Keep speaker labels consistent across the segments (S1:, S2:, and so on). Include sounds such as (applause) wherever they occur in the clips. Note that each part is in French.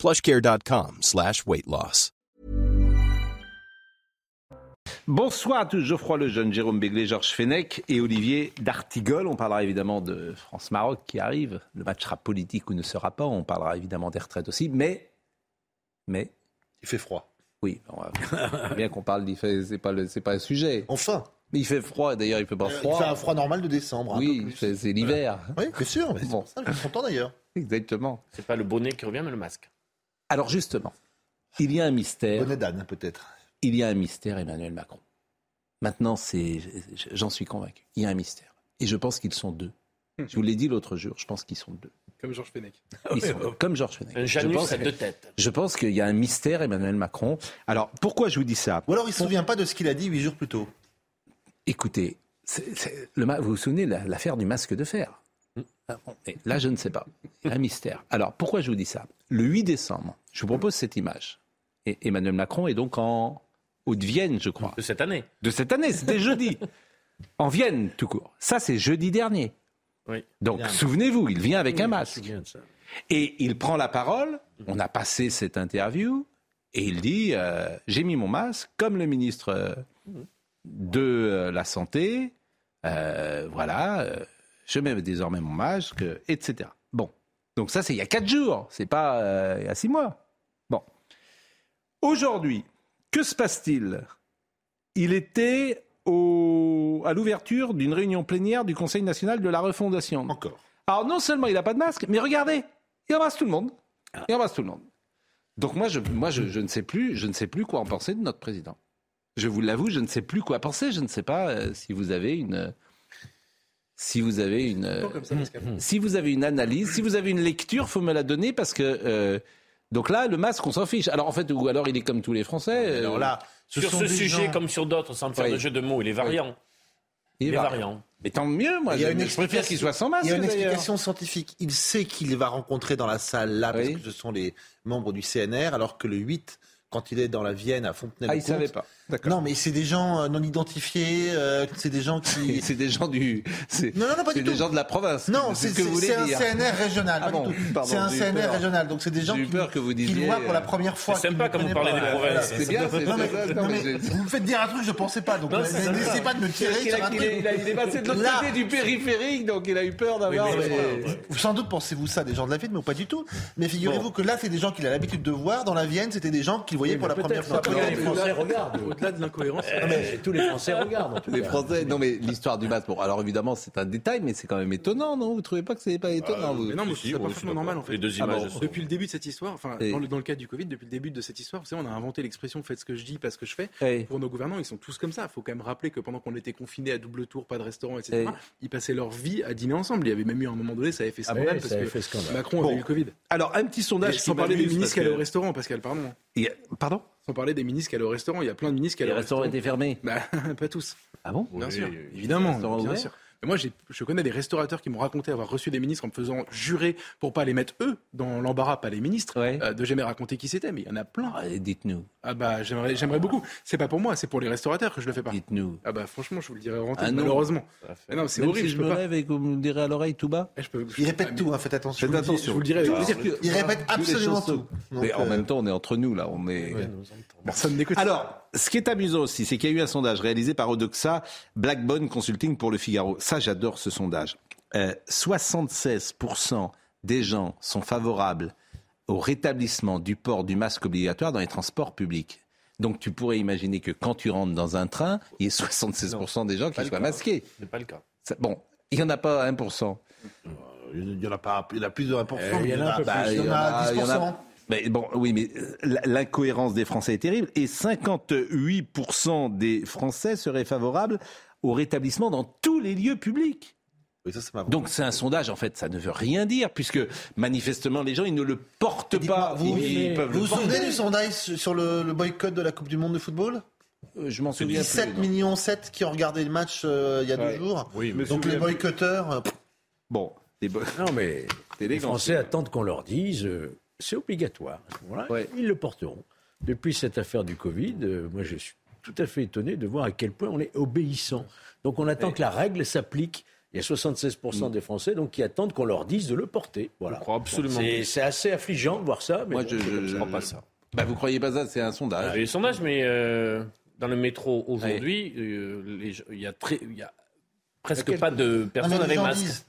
S1: plushcare.com slash weight loss.
S2: Bonsoir à tous, Geoffroy Lejeune, Jérôme Béglé, Georges Fenech et Olivier D'Artigol. On parlera évidemment de France-Maroc qui arrive. Le match sera politique ou ne sera pas. On parlera évidemment des retraites aussi. Mais, mais,
S3: Il fait froid.
S2: oui, on va- bien qu'on parle, d'il fait- c'est pas, le- c'est pas le sujet.
S3: Enfin. Euh,
S2: Mais il fait froid, d'ailleurs, il fait pas
S3: Il fait un
S2: froid.
S3: froid normal de décembre. hein. un peu
S2: Oui,
S3: plus.
S2: c'est c'est l'hiver.
S3: Oui, bien sûr. mais c'est
S2: Bon.
S3: pour ça, je suis content d'ailleurs.
S2: (laughs) Exactement.
S4: C'est pas le bonnet qui revient, mais le masque.
S2: Alors justement, il y a un mystère.
S3: Bonnet d'âne, peut-être.
S2: Il y a un mystère, Emmanuel Macron. Maintenant, c'est, j'en suis convaincu. Il y a un mystère. Et je pense qu'ils sont deux. Je vous l'ai dit l'autre jour, je pense qu'ils sont deux.
S5: Comme Georges
S4: (laughs)
S5: Fenech.
S4: Ah
S2: Ils sont deux, comme Georges Fenech.
S4: Un bah
S2: Je
S4: Euh, Janus
S2: pense,
S4: à deux têtes.
S2: je pense qu'il y a un mystère, Emmanuel Macron. Alors, pourquoi je vous dis ça
S3: Ou alors il se souvient pas de ce qu'il a dit huit jours plus tôt.
S2: Écoutez, c'est- c'est- le ma- vous vous souvenez de la- l'affaire du masque de fer Ah bon, mais Là, je ne sais pas. Il y a un mystère. Alors, pourquoi je vous dis ça Le 8 décembre, je vous propose cette image. Et Emmanuel Macron est donc en Haute-Vienne, je crois.
S4: De cette année.
S2: de cette année, c'était jeudi. En Vienne, tout court. Ça, c'est jeudi dernier.
S4: Oui.
S2: Donc,
S3: Bien.
S2: souvenez-vous, il vient avec un masque.
S4: souviens de ça.
S2: Et il prend la parole, on a passé cette interview, et il dit, euh, j'ai mis mon masque, comme le ministre euh,
S6: Mm-hmm.
S2: de euh, la Santé, euh, voilà, euh, je mets désormais mon masque, euh, etc. Bon, donc ça c'est il y a quatre jours, c'est pas euh, il y a six mois. Bon. Aujourd'hui, que se passe-t-il Il était au- à l'ouverture d'une réunion plénière du Conseil national de la refondation.
S3: Encore.
S2: Alors non seulement il n'a pas de masque, mais regardez, il embrasse tout le monde. Il embrasse tout le monde. Donc moi, je, moi je, je ne sais plus, je ne sais plus quoi en penser de notre président. Je vous l'avoue, je ne sais plus quoi penser. Je ne sais pas euh, si vous avez une, si vous avez une, euh,
S5: Comme ça, Pascal.
S2: si vous avez une analyse, si vous avez une lecture, faut me la donner parce que euh, donc là, le masque, on s'en fiche. Alors en fait, ou alors il est comme tous les Français. euh,
S3: Alors là, ce
S4: sur
S3: sont
S4: ce
S3: des
S4: sujet,
S3: gens-
S4: comme sur d'autres, sans faire
S2: Oui.
S4: de jeu de mots, il est variant.
S2: il est
S4: Il est
S2: variant.
S4: variant.
S2: Mais tant mieux, moi.
S3: Il y a
S2: je-
S3: une
S2: je préfère qu'il
S3: explication-
S2: soit sans masque.
S3: Il y a une
S2: d'ailleurs.
S3: explication scientifique. Il sait qu'il va rencontrer dans la salle là, parce
S2: Oui.
S3: que ce sont les membres du CNR, alors que le 8, quand il est dans la Vienne à
S2: Ah, il
S3: Fontenay-le-Comte.
S2: savait pas. D'accord.
S3: Non, mais c'est des gens euh, non identifiés, euh, c'est des gens qui.
S2: (laughs) C'est des gens du. c'est-
S3: Non, non, non, pas
S2: C'est
S3: du
S2: des
S3: tout.
S2: gens de la province.
S3: Non,
S2: c'est
S3: c'est
S2: ce que vous voulez
S3: c'est un
S2: dire.
S3: CNR régional.
S2: Ah
S3: pas
S2: bon,
S3: du tout.
S2: pardon,
S3: c'est un
S2: j'ai eu
S3: CNR
S2: peur.
S3: régional, donc c'est des gens
S2: J'ai eu
S3: qui-
S2: peur que vous
S3: qui
S2: disiez,
S3: voient pour la
S2: euh,
S3: première fois.
S4: c'est
S3: qu'ils
S4: sympa
S3: ne
S4: quand vous parlez
S3: connaissent pas.
S4: des provinces.
S3: Voilà.
S2: C'est bien, c'est
S3: Non, mais-
S2: c'est-
S3: non,
S2: non,
S3: mais
S2: mais j'ai-
S3: vous me faites dire un truc, je pensais pas. Donc, euh,
S4: Non,
S3: mais-
S4: c'est ça.
S3: n'essayez pas de me tirer
S2: Il
S3: sur
S2: a,
S3: un
S2: il est-
S3: truc.
S2: il a- il est passé de l'autre
S3: Là.
S2: côté du périphérique, donc il a eu peur
S4: Oui,
S2: d'avoir.
S4: mais-
S2: des-
S3: Vous- Sans doute pensez-vous ça des gens de la Vienne, mais pas du tout. Mais figurez-vous que là, c'est des gens qu'il a l'habitude de voir. Dans la Vienne, c'était des gens qu'il voyait pour la première fois.
S5: Regardez,
S3: Regardez,
S5: au-delà-
S2: (laughs)
S5: Au-delà de l'incohérence,
S4: Euh, Ah,
S5: (laughs)
S4: tous les Français regardent.
S2: Les Français, non mais l'histoire du masque, bon, alors évidemment c'est un détail, mais c'est quand même étonnant, non Vous trouvez pas que c'est pas étonnant vous
S5: Bah, Ah, Mais non, mais
S7: Si,
S5: c'est
S7: ouais,
S5: pas
S7: je suis
S5: forcément normal en
S7: d'accord.
S5: fait.
S7: Les deux
S2: Ah bon,
S4: bah,
S7: images. elles sont-
S5: Depuis le début de cette histoire, enfin,
S2: Et-
S5: dans le, dans le cas du Covid, depuis le début de cette histoire, vous savez, on a inventé l'expression faites ce que je dis, pas ce que je fais.
S2: Eh,
S5: Pour nos gouvernants, ils sont tous comme ça. Il faut quand même rappeler que pendant qu'on était confinés à double tour, pas de restaurant, etc.,
S2: Et-
S5: ils passaient leur vie à dîner ensemble. Il y avait même eu un moment donné, ça avait fait
S4: Ah
S5: scandale
S4: oui, ça
S5: parce
S4: avait
S5: que
S4: fait scandale.
S5: Macron
S2: Bon.
S5: avait eu le Covid.
S2: Alors un petit
S5: Et
S2: sondage qui
S5: sans parler des
S2: m'amuse,
S5: ministres qui
S2: parce
S5: allaient au
S2: que-
S5: restaurant, Pascal, pardon.
S2: Il y a- Pardon
S5: Sans parler des ministres qui allaient au restaurant, il y a plein de ministres qui allaient
S2: Les
S5: au
S2: restaurants
S5: restaurant.
S2: étaient fermés.
S5: Bah, (laughs) pas tous,
S2: Ah bon
S5: bien
S7: Oui,
S5: sûr,
S7: oui, oui.
S5: évidemment,
S2: restaurants
S5: bien
S2: ouverts
S5: sûr. Mais moi, j'ai- je connais des restaurateurs qui m'ont raconté avoir reçu des ministres en me faisant jurer pour pas les mettre eux dans l'embarras, pas les ministres,
S2: Ouais.
S5: euh, de jamais raconter qui c'était. Mais il y en a plein.
S2: Ah, Dites-nous,
S5: Ah bah, j'aimerais, j'aimerais beaucoup. C'est pas pour moi, c'est pour les restaurateurs que je le fais pas.
S2: dites-nous.
S5: Ah bah, franchement, je vous le dirai en
S2: Ah
S5: tête,
S2: non.
S5: malheureusement.
S7: Ça fait-
S5: Mais non, c'est
S2: Même
S5: horrible.
S2: si je,
S5: je
S2: me
S5: peux pas.
S2: lève et que vous me le direz à l'oreille tout bas.
S5: Eh, Je peux, je-
S3: Il répète
S5: ah,
S3: tout, hein, faites attention.
S5: mais- Je vous le dirai.
S2: Je veux dire que-
S3: Il répète
S2: Tous les
S3: absolument
S2: chansons.
S3: tout.
S2: Mais
S3: Donc,
S2: en
S3: euh,
S2: même temps, on est entre nous là, on est.
S5: Personne n'écoute.
S2: Alors, ce qui est amusant aussi, c'est qu'il y a eu un sondage réalisé par Odoxa Blackbone Consulting pour le Figaro. Ça, j'adore ce sondage. Euh, 76% des gens sont favorables au rétablissement du port du masque obligatoire dans les transports publics. Donc, tu pourrais imaginer que quand tu rentres dans un train, il y a 76% des gens qui
S7: le
S2: soient
S7: cas.
S2: masqués.
S7: C'est pas le cas.
S2: Ça- bon, il n'y en a pas 1%.
S3: Euh, Il y en a pas, il y en a plus de 1%.
S7: Euh, il y en a un peu
S3: bah,
S2: plus.
S3: Il y en a
S2: Il y en a-
S3: 10%.
S2: Mais bon, oui, mais euh, la- l'incohérence des Français est terrible. Et 58% des Français seraient favorables au rétablissement dans tous les lieux publics.
S3: Oui, ça, c'est pas vrai.
S2: Donc c'est un sondage, en fait, ça ne veut rien dire, puisque manifestement, les gens, ils ne le
S3: Et
S2: portent
S3: dites-moi,
S2: pas.
S3: vous-
S2: Ils- ils peuvent
S3: vous
S2: le
S3: vous
S2: porter.
S3: souvenez du sondage sur le, le boycott de la Coupe du Monde de football
S2: Euh, Je m'en
S3: C'est
S2: souviens
S3: 17
S2: plus. non.
S3: millions 7 qui ont regardé le match euh, il y a
S2: Ouais.
S3: deux jours.
S7: Oui, mais
S3: Donc les boycotteurs, euh, pff,
S2: Bon, des bo-
S7: Non, (laughs) mais les
S2: t'es élégant.
S7: Français attendent qu'on leur dise euh, c'est obligatoire. À ce moment-là,
S2: Ouais.
S7: ils le porteront. Depuis cette affaire du Covid, euh, moi je suis tout à fait étonné de voir à quel point on est obéissant. Donc on attend
S2: Ouais.
S7: que la règle s'applique. Il y a 76% des Français donc, qui attendent qu'on leur dise de le porter. Voilà.
S4: Je crois absolument.
S7: C'est c'est assez affligeant de voir ça. Mais
S2: Moi,
S7: bon,
S2: je
S7: c'est comme
S2: ne
S7: ça.
S2: crois pas ça. Bah, vous croyez pas ça, c'est un
S4: Ah,
S2: sondage.
S4: Les sondages, mais euh, dans le métro aujourd'hui, euh, les gens- il y a très, il y a presque
S7: Il y a
S4: pas de
S3: non, mais
S4: personnes
S3: les
S4: avec
S3: gens
S4: masque.
S3: disent,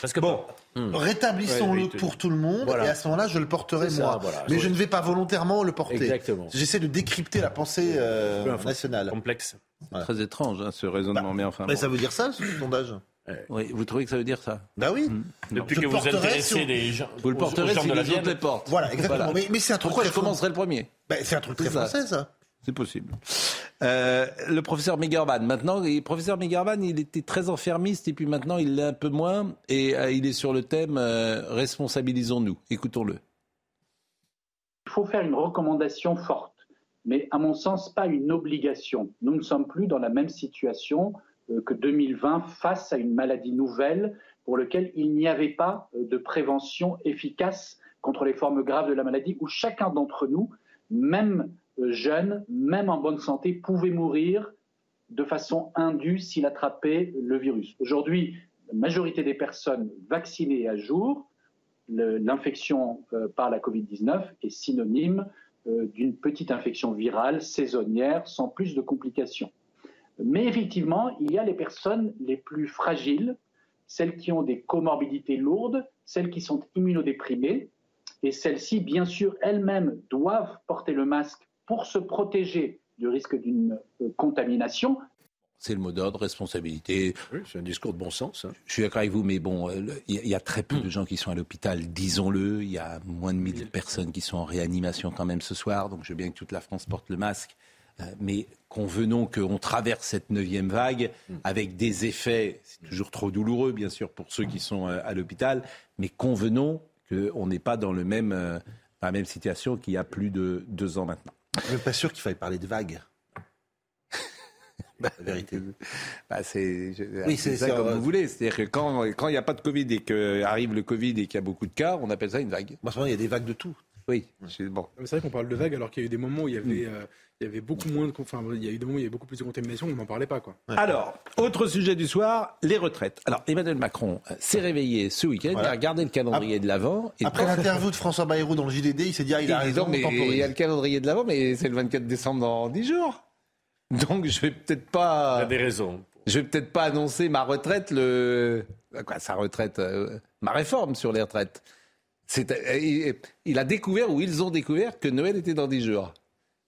S4: Parce que bon,
S7: Hmm.
S3: rétablissons-le
S4: Ouais, oui, tout-
S3: pour tout le monde
S7: Voilà.
S3: et à ce moment-là, je le porterai
S7: C'est ça,
S3: moi.
S7: voilà.
S3: mais
S7: Oui.
S3: je ne vais pas volontairement le porter.
S7: Exactement.
S3: J'essaie de décrypter la pensée euh,
S7: Peu informé.
S3: nationale.
S4: complexe.
S3: Ouais.
S2: Très étrange, hein, ce raisonnement, mais enfin.
S3: Mais
S2: bon.
S3: ça veut dire ça, ce sondage
S2: Oui, vous trouvez que ça veut dire ça
S3: Bah oui.
S2: Non.
S4: Euh, Depuis
S3: Je
S4: que vous
S3: porterai
S4: intéressez
S3: sur-
S4: les gens,
S2: Vous le
S4: aux-
S2: porterez
S4: aux gens
S2: si
S4: de la
S2: les autres
S4: Vienne,
S2: les portent.
S3: Voilà, exactement.
S2: Voilà.
S3: Mais, mais c'est un truc
S2: Pourquoi
S3: très
S2: je commencerai le premier
S3: Bah, c'est un truc très
S2: C'est ça.
S3: français, ça.
S2: C'est possible. Euh, le professeur Megarban, maintenant, et professeur Megarban, il était très enfermiste et puis maintenant il l'est un peu moins et euh, il est sur le thème euh, responsabilisons-nous. Écoutons-le.
S8: Il faut faire une recommandation forte, mais à mon sens, pas une obligation. Nous ne sommes plus dans la même situation euh, que 2020 face à une maladie nouvelle pour laquelle il n'y avait pas euh, de prévention efficace contre les formes graves de la maladie, où chacun d'entre nous, même euh, jeune, même en bonne santé, pouvait mourir de façon indue s'il attrapait le virus. Aujourd'hui, la majorité des personnes vaccinées à jour le- l'infection euh, par la Covid-19 est synonyme euh, d'une petite infection virale saisonnière sans plus de complications. Mais effectivement, il y a les personnes les plus fragiles, celles qui ont des comorbidités lourdes, celles qui sont immunodéprimées, et celles-ci, bien sûr, elles-mêmes doivent porter le masque pour se protéger du risque d'une euh, contamination,
S2: C'est le mot d'ordre, responsabilité.
S7: Oui, c'est un discours de bon sens. hein. Hmm.
S2: Je suis d'accord avec vous, mais bon, euh, le- il y, a- il y a très peu de gens qui sont à l'hôpital, disons-le. Il y a moins de 1000 personnes qui sont en réanimation quand même ce soir, donc je veux bien que toute la France porte le masque. Euh, Mais convenons qu'on traverse cette neuvième vague
S7: Hmm.
S2: avec des effets, c'est toujours trop douloureux bien sûr pour ceux qui sont euh, à l'hôpital, mais convenons qu'on n'est pas dans, le même, euh, dans la même situation qu'il y a plus de deux ans maintenant.
S3: Je suis pas sûr qu'il fallait parler de vagues. La vérité.
S2: (laughs) Bah, c'est je-
S3: Oui,
S2: c'est
S3: c'est- euh,
S2: ça
S3: c'est-
S2: comme vous voulez. C'est-à-dire que quand quand il n'y a pas de Covid et qu'arrive le Covid et qu'il y a beaucoup de cas, on appelle ça une vague.
S3: Moi, ce moment, il y a des vagues de tout.
S2: Oui, c'est bon.
S5: Mais C'est vrai qu'on parle de vagues alors qu'il y a eu des moments où il y avait,
S2: Mm.
S5: euh, il y avait beaucoup moins de, con- enfin, il y a eu des moments où il y avait beaucoup plus de contamination, on n'en parlait pas quoi.
S2: Alors, autre sujet du soir, les retraites. Alors, Emmanuel Macron euh, s'est réveillé ce week-end, il
S3: Voilà. Ah,
S2: a regardé le calendrier de l'avant. et
S3: Après
S2: dans-
S3: l'interview de François Bayrou dans le JDD, il s'est dit ah, il a
S2: il dit,
S3: raison,
S2: non, mais
S3: on temporise.
S2: il y a le calendrier de l'avant, mais c'est le 24 décembre dans 10 jours. Donc, je vais peut-être
S4: il y a
S2: pas,
S4: des raisons.
S2: je vais peut-être pas annoncer ma retraite, le, quoi, sa retraite, euh, ma réforme sur les retraites. C'est, euh, il- il a découvert ou ils ont découvert que Noël était dans 10 jours.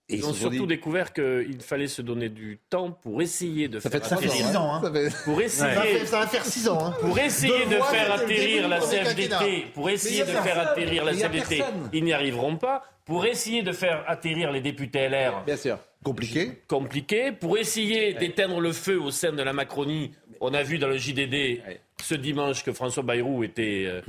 S2: Et
S4: Ils ont
S2: se sont dit,
S4: surtout découvert qu'il fallait se donner du temps pour essayer de
S2: ça
S4: faire
S2: fait 3
S4: atterrir,
S3: six ans, hein.
S2: Ça fait-
S4: pour
S3: Ça va
S4: essayer,
S3: faire- Ça va faire 6 ans. hein.
S4: pour essayer
S3: Deux
S4: de
S3: mois,
S4: faire
S3: c'était le début
S4: atterrir
S3: du
S4: la
S3: premier
S4: CFDT,
S3: quinquennat.
S4: pour essayer
S2: y a
S4: de faire
S2: personne,
S4: atterrir la
S2: mais il y a
S4: CFDT,
S2: personne.
S4: ils n'y arriveront pas. Pour essayer de faire atterrir les députés LR,
S2: Bien sûr.
S3: Compliqué.
S4: compliqué. Pour essayer d'éteindre le feu au sein de la Macronie, on a vu dans le JDD ce dimanche que François Bayrou était euh,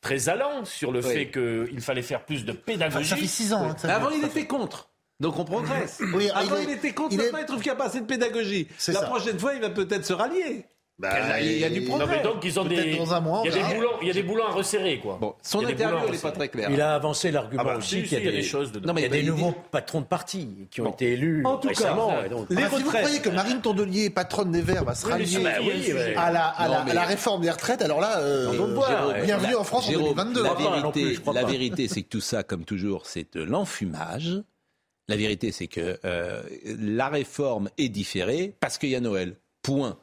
S4: très allant sur le
S2: Hmm. Oui.
S4: fait qu'il fallait faire plus de
S3: Enfin,
S4: pédagogie.
S3: ça fait 6 ans. hein, que ça
S2: Mais avant,
S3: dure.
S2: il était contre. Donc on progresse.
S3: Oui,
S2: avant,
S3: il est-
S2: il, était contre.
S3: il est-
S2: Maintenant, il trouve qu'il n'y a pas assez de pédagogie.
S3: C'est
S2: La
S3: ça.
S2: prochaine fois, il va peut-être se rallier.
S3: Bah,
S2: il y a du
S4: Non,
S2: progrès.
S4: mais donc ils ont
S3: Peut-être
S4: des,
S3: dans un mois, on
S4: il y a
S3: verra.
S4: des boulons, il y a des boulons à resserrer quoi.
S2: Bon, son
S4: Il y a des
S2: interview,
S4: boulons à
S2: elle n'est pas
S4: resserrer.
S2: très claire. Hein.
S7: Il a avancé l'argument
S3: Ah bah,
S7: aussi
S4: Si,
S7: qu'il y a
S4: si, il y a
S7: des-
S4: des choses dedans.
S2: Non, mais
S7: il y a des
S2: il-
S7: nouveaux patrons de parti qui ont
S2: Bon.
S7: été élus
S2: En tout cas,
S7: récemment.
S2: ça-
S7: et donc-
S2: Les
S3: Ah, si vous
S2: retraites.
S3: croyez que Marine Tondelier, patronne des Verts, va se
S4: mais
S3: rallier
S4: si, bah oui, ouais.
S3: à la, à
S2: Non,
S3: la-
S2: mais-
S3: à la réforme des retraites, alors là, euh,
S7: On voit,
S3: Jérôme,
S7: ouais.
S3: bienvenue
S2: La-
S3: en France
S2: Jérôme,
S3: en 2022.
S2: La
S7: Je crois pas, non plus,
S2: vérité,
S7: je crois
S2: la
S7: pas.
S2: vérité, c'est que tout ça, comme toujours, c'est de l'enfumage. La vérité, c'est que euh, la réforme est différée parce qu'il y a Noël. Point.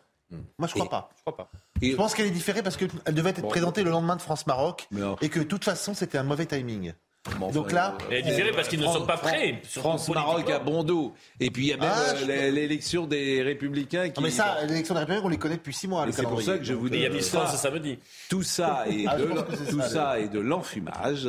S3: Moi, je crois pas.
S2: Et-
S3: Je pense qu'elle est différée parce qu'elle devait être présentée le lendemain de France-Maroc
S2: Mais enfin,
S3: et que de toute façon, c'était un mauvais timing.
S2: bon,
S3: Donc
S2: enfin, euh,
S3: là,
S4: Elle est différée parce qu'ils ne sont pas prêts. surtout
S2: France-Maroc à
S4: politiquement.
S2: Bondo. Et puis il y a même
S3: Ah,
S2: euh,
S3: je-
S2: l'é- l'élection des Républicains qui.
S3: Non, mais ça, l'élection de la République, on les connaît depuis 6 mois.
S2: Et
S3: le
S2: c'est pour
S3: calendrier.
S2: ça que je vous
S4: Et
S2: dis.
S4: il y a
S2: euh,
S4: Miss France samedi.
S2: Tout ça est
S3: Ah, je
S2: de,
S3: pense que c'est
S2: tout
S3: ça,
S2: ça est de l'enfumage.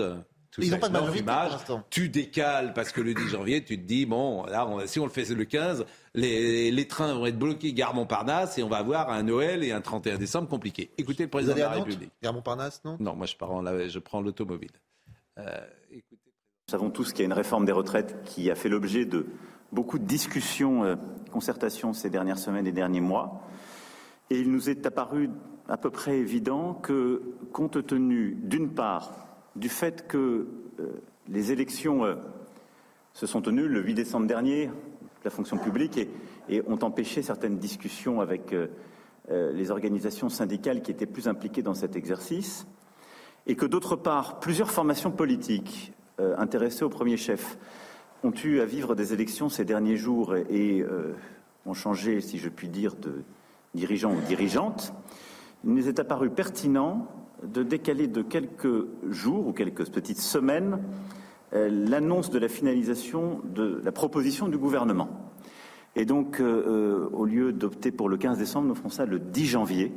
S2: tout
S3: Mais ils
S2: ça.
S3: n'ont pas de
S2: Non,
S3: majorité pour
S2: fumage,
S3: l'instant.
S2: Tu décales parce que le 10 janvier, tu te dis, bon, là, on- si on le fait le 15, les, les trains vont être bloqués, gare Montparnasse, et on va avoir un Noël et un 31 décembre compliqué. Écoutez le
S3: Vous
S2: président
S3: allez
S2: de la
S3: à Nantes
S2: République.
S3: Gare Montparnasse, non
S2: Non, moi, je, pars en la- je prends l'automobile. Euh, écoutez.
S9: Nous savons tous qu'il y a une réforme des retraites qui a fait l'objet de beaucoup de discussions, euh, concertations ces dernières semaines et derniers mois. Et il nous est apparu à peu près évident que, compte tenu, d'une part, du fait que euh, les élections euh, se sont tenues le 8 décembre dernier, la fonction publique, et, et ont empêché certaines discussions avec euh, euh, les organisations syndicales qui étaient plus impliquées dans cet exercice, et que d'autre part, plusieurs formations politiques euh, intéressées au premier chef ont eu à vivre des élections ces derniers jours et, et, euh, ont changé, si je puis dire, de dirigeant ou dirigeante, il nous est apparu pertinent de décaler de quelques jours ou quelques petites semaines euh, l'annonce de la finalisation de la proposition du gouvernement. Et donc, euh, euh, au lieu d'opter pour le 15 décembre, nous ferons ça le 10 janvier,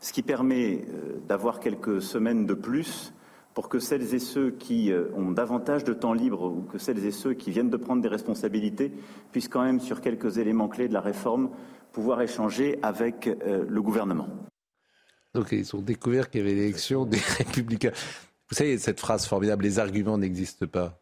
S9: ce qui permet euh, d'avoir quelques semaines de plus pour que celles et ceux qui euh, ont davantage de temps libre ou que celles et ceux qui viennent de prendre des responsabilités puissent quand même, sur quelques éléments clés de la réforme, pouvoir échanger avec euh, le gouvernement.
S2: Donc ils ont découvert qu'il y avait l'élection des (laughs) républicains. Vous savez, cette phrase formidable, les arguments n'existent pas.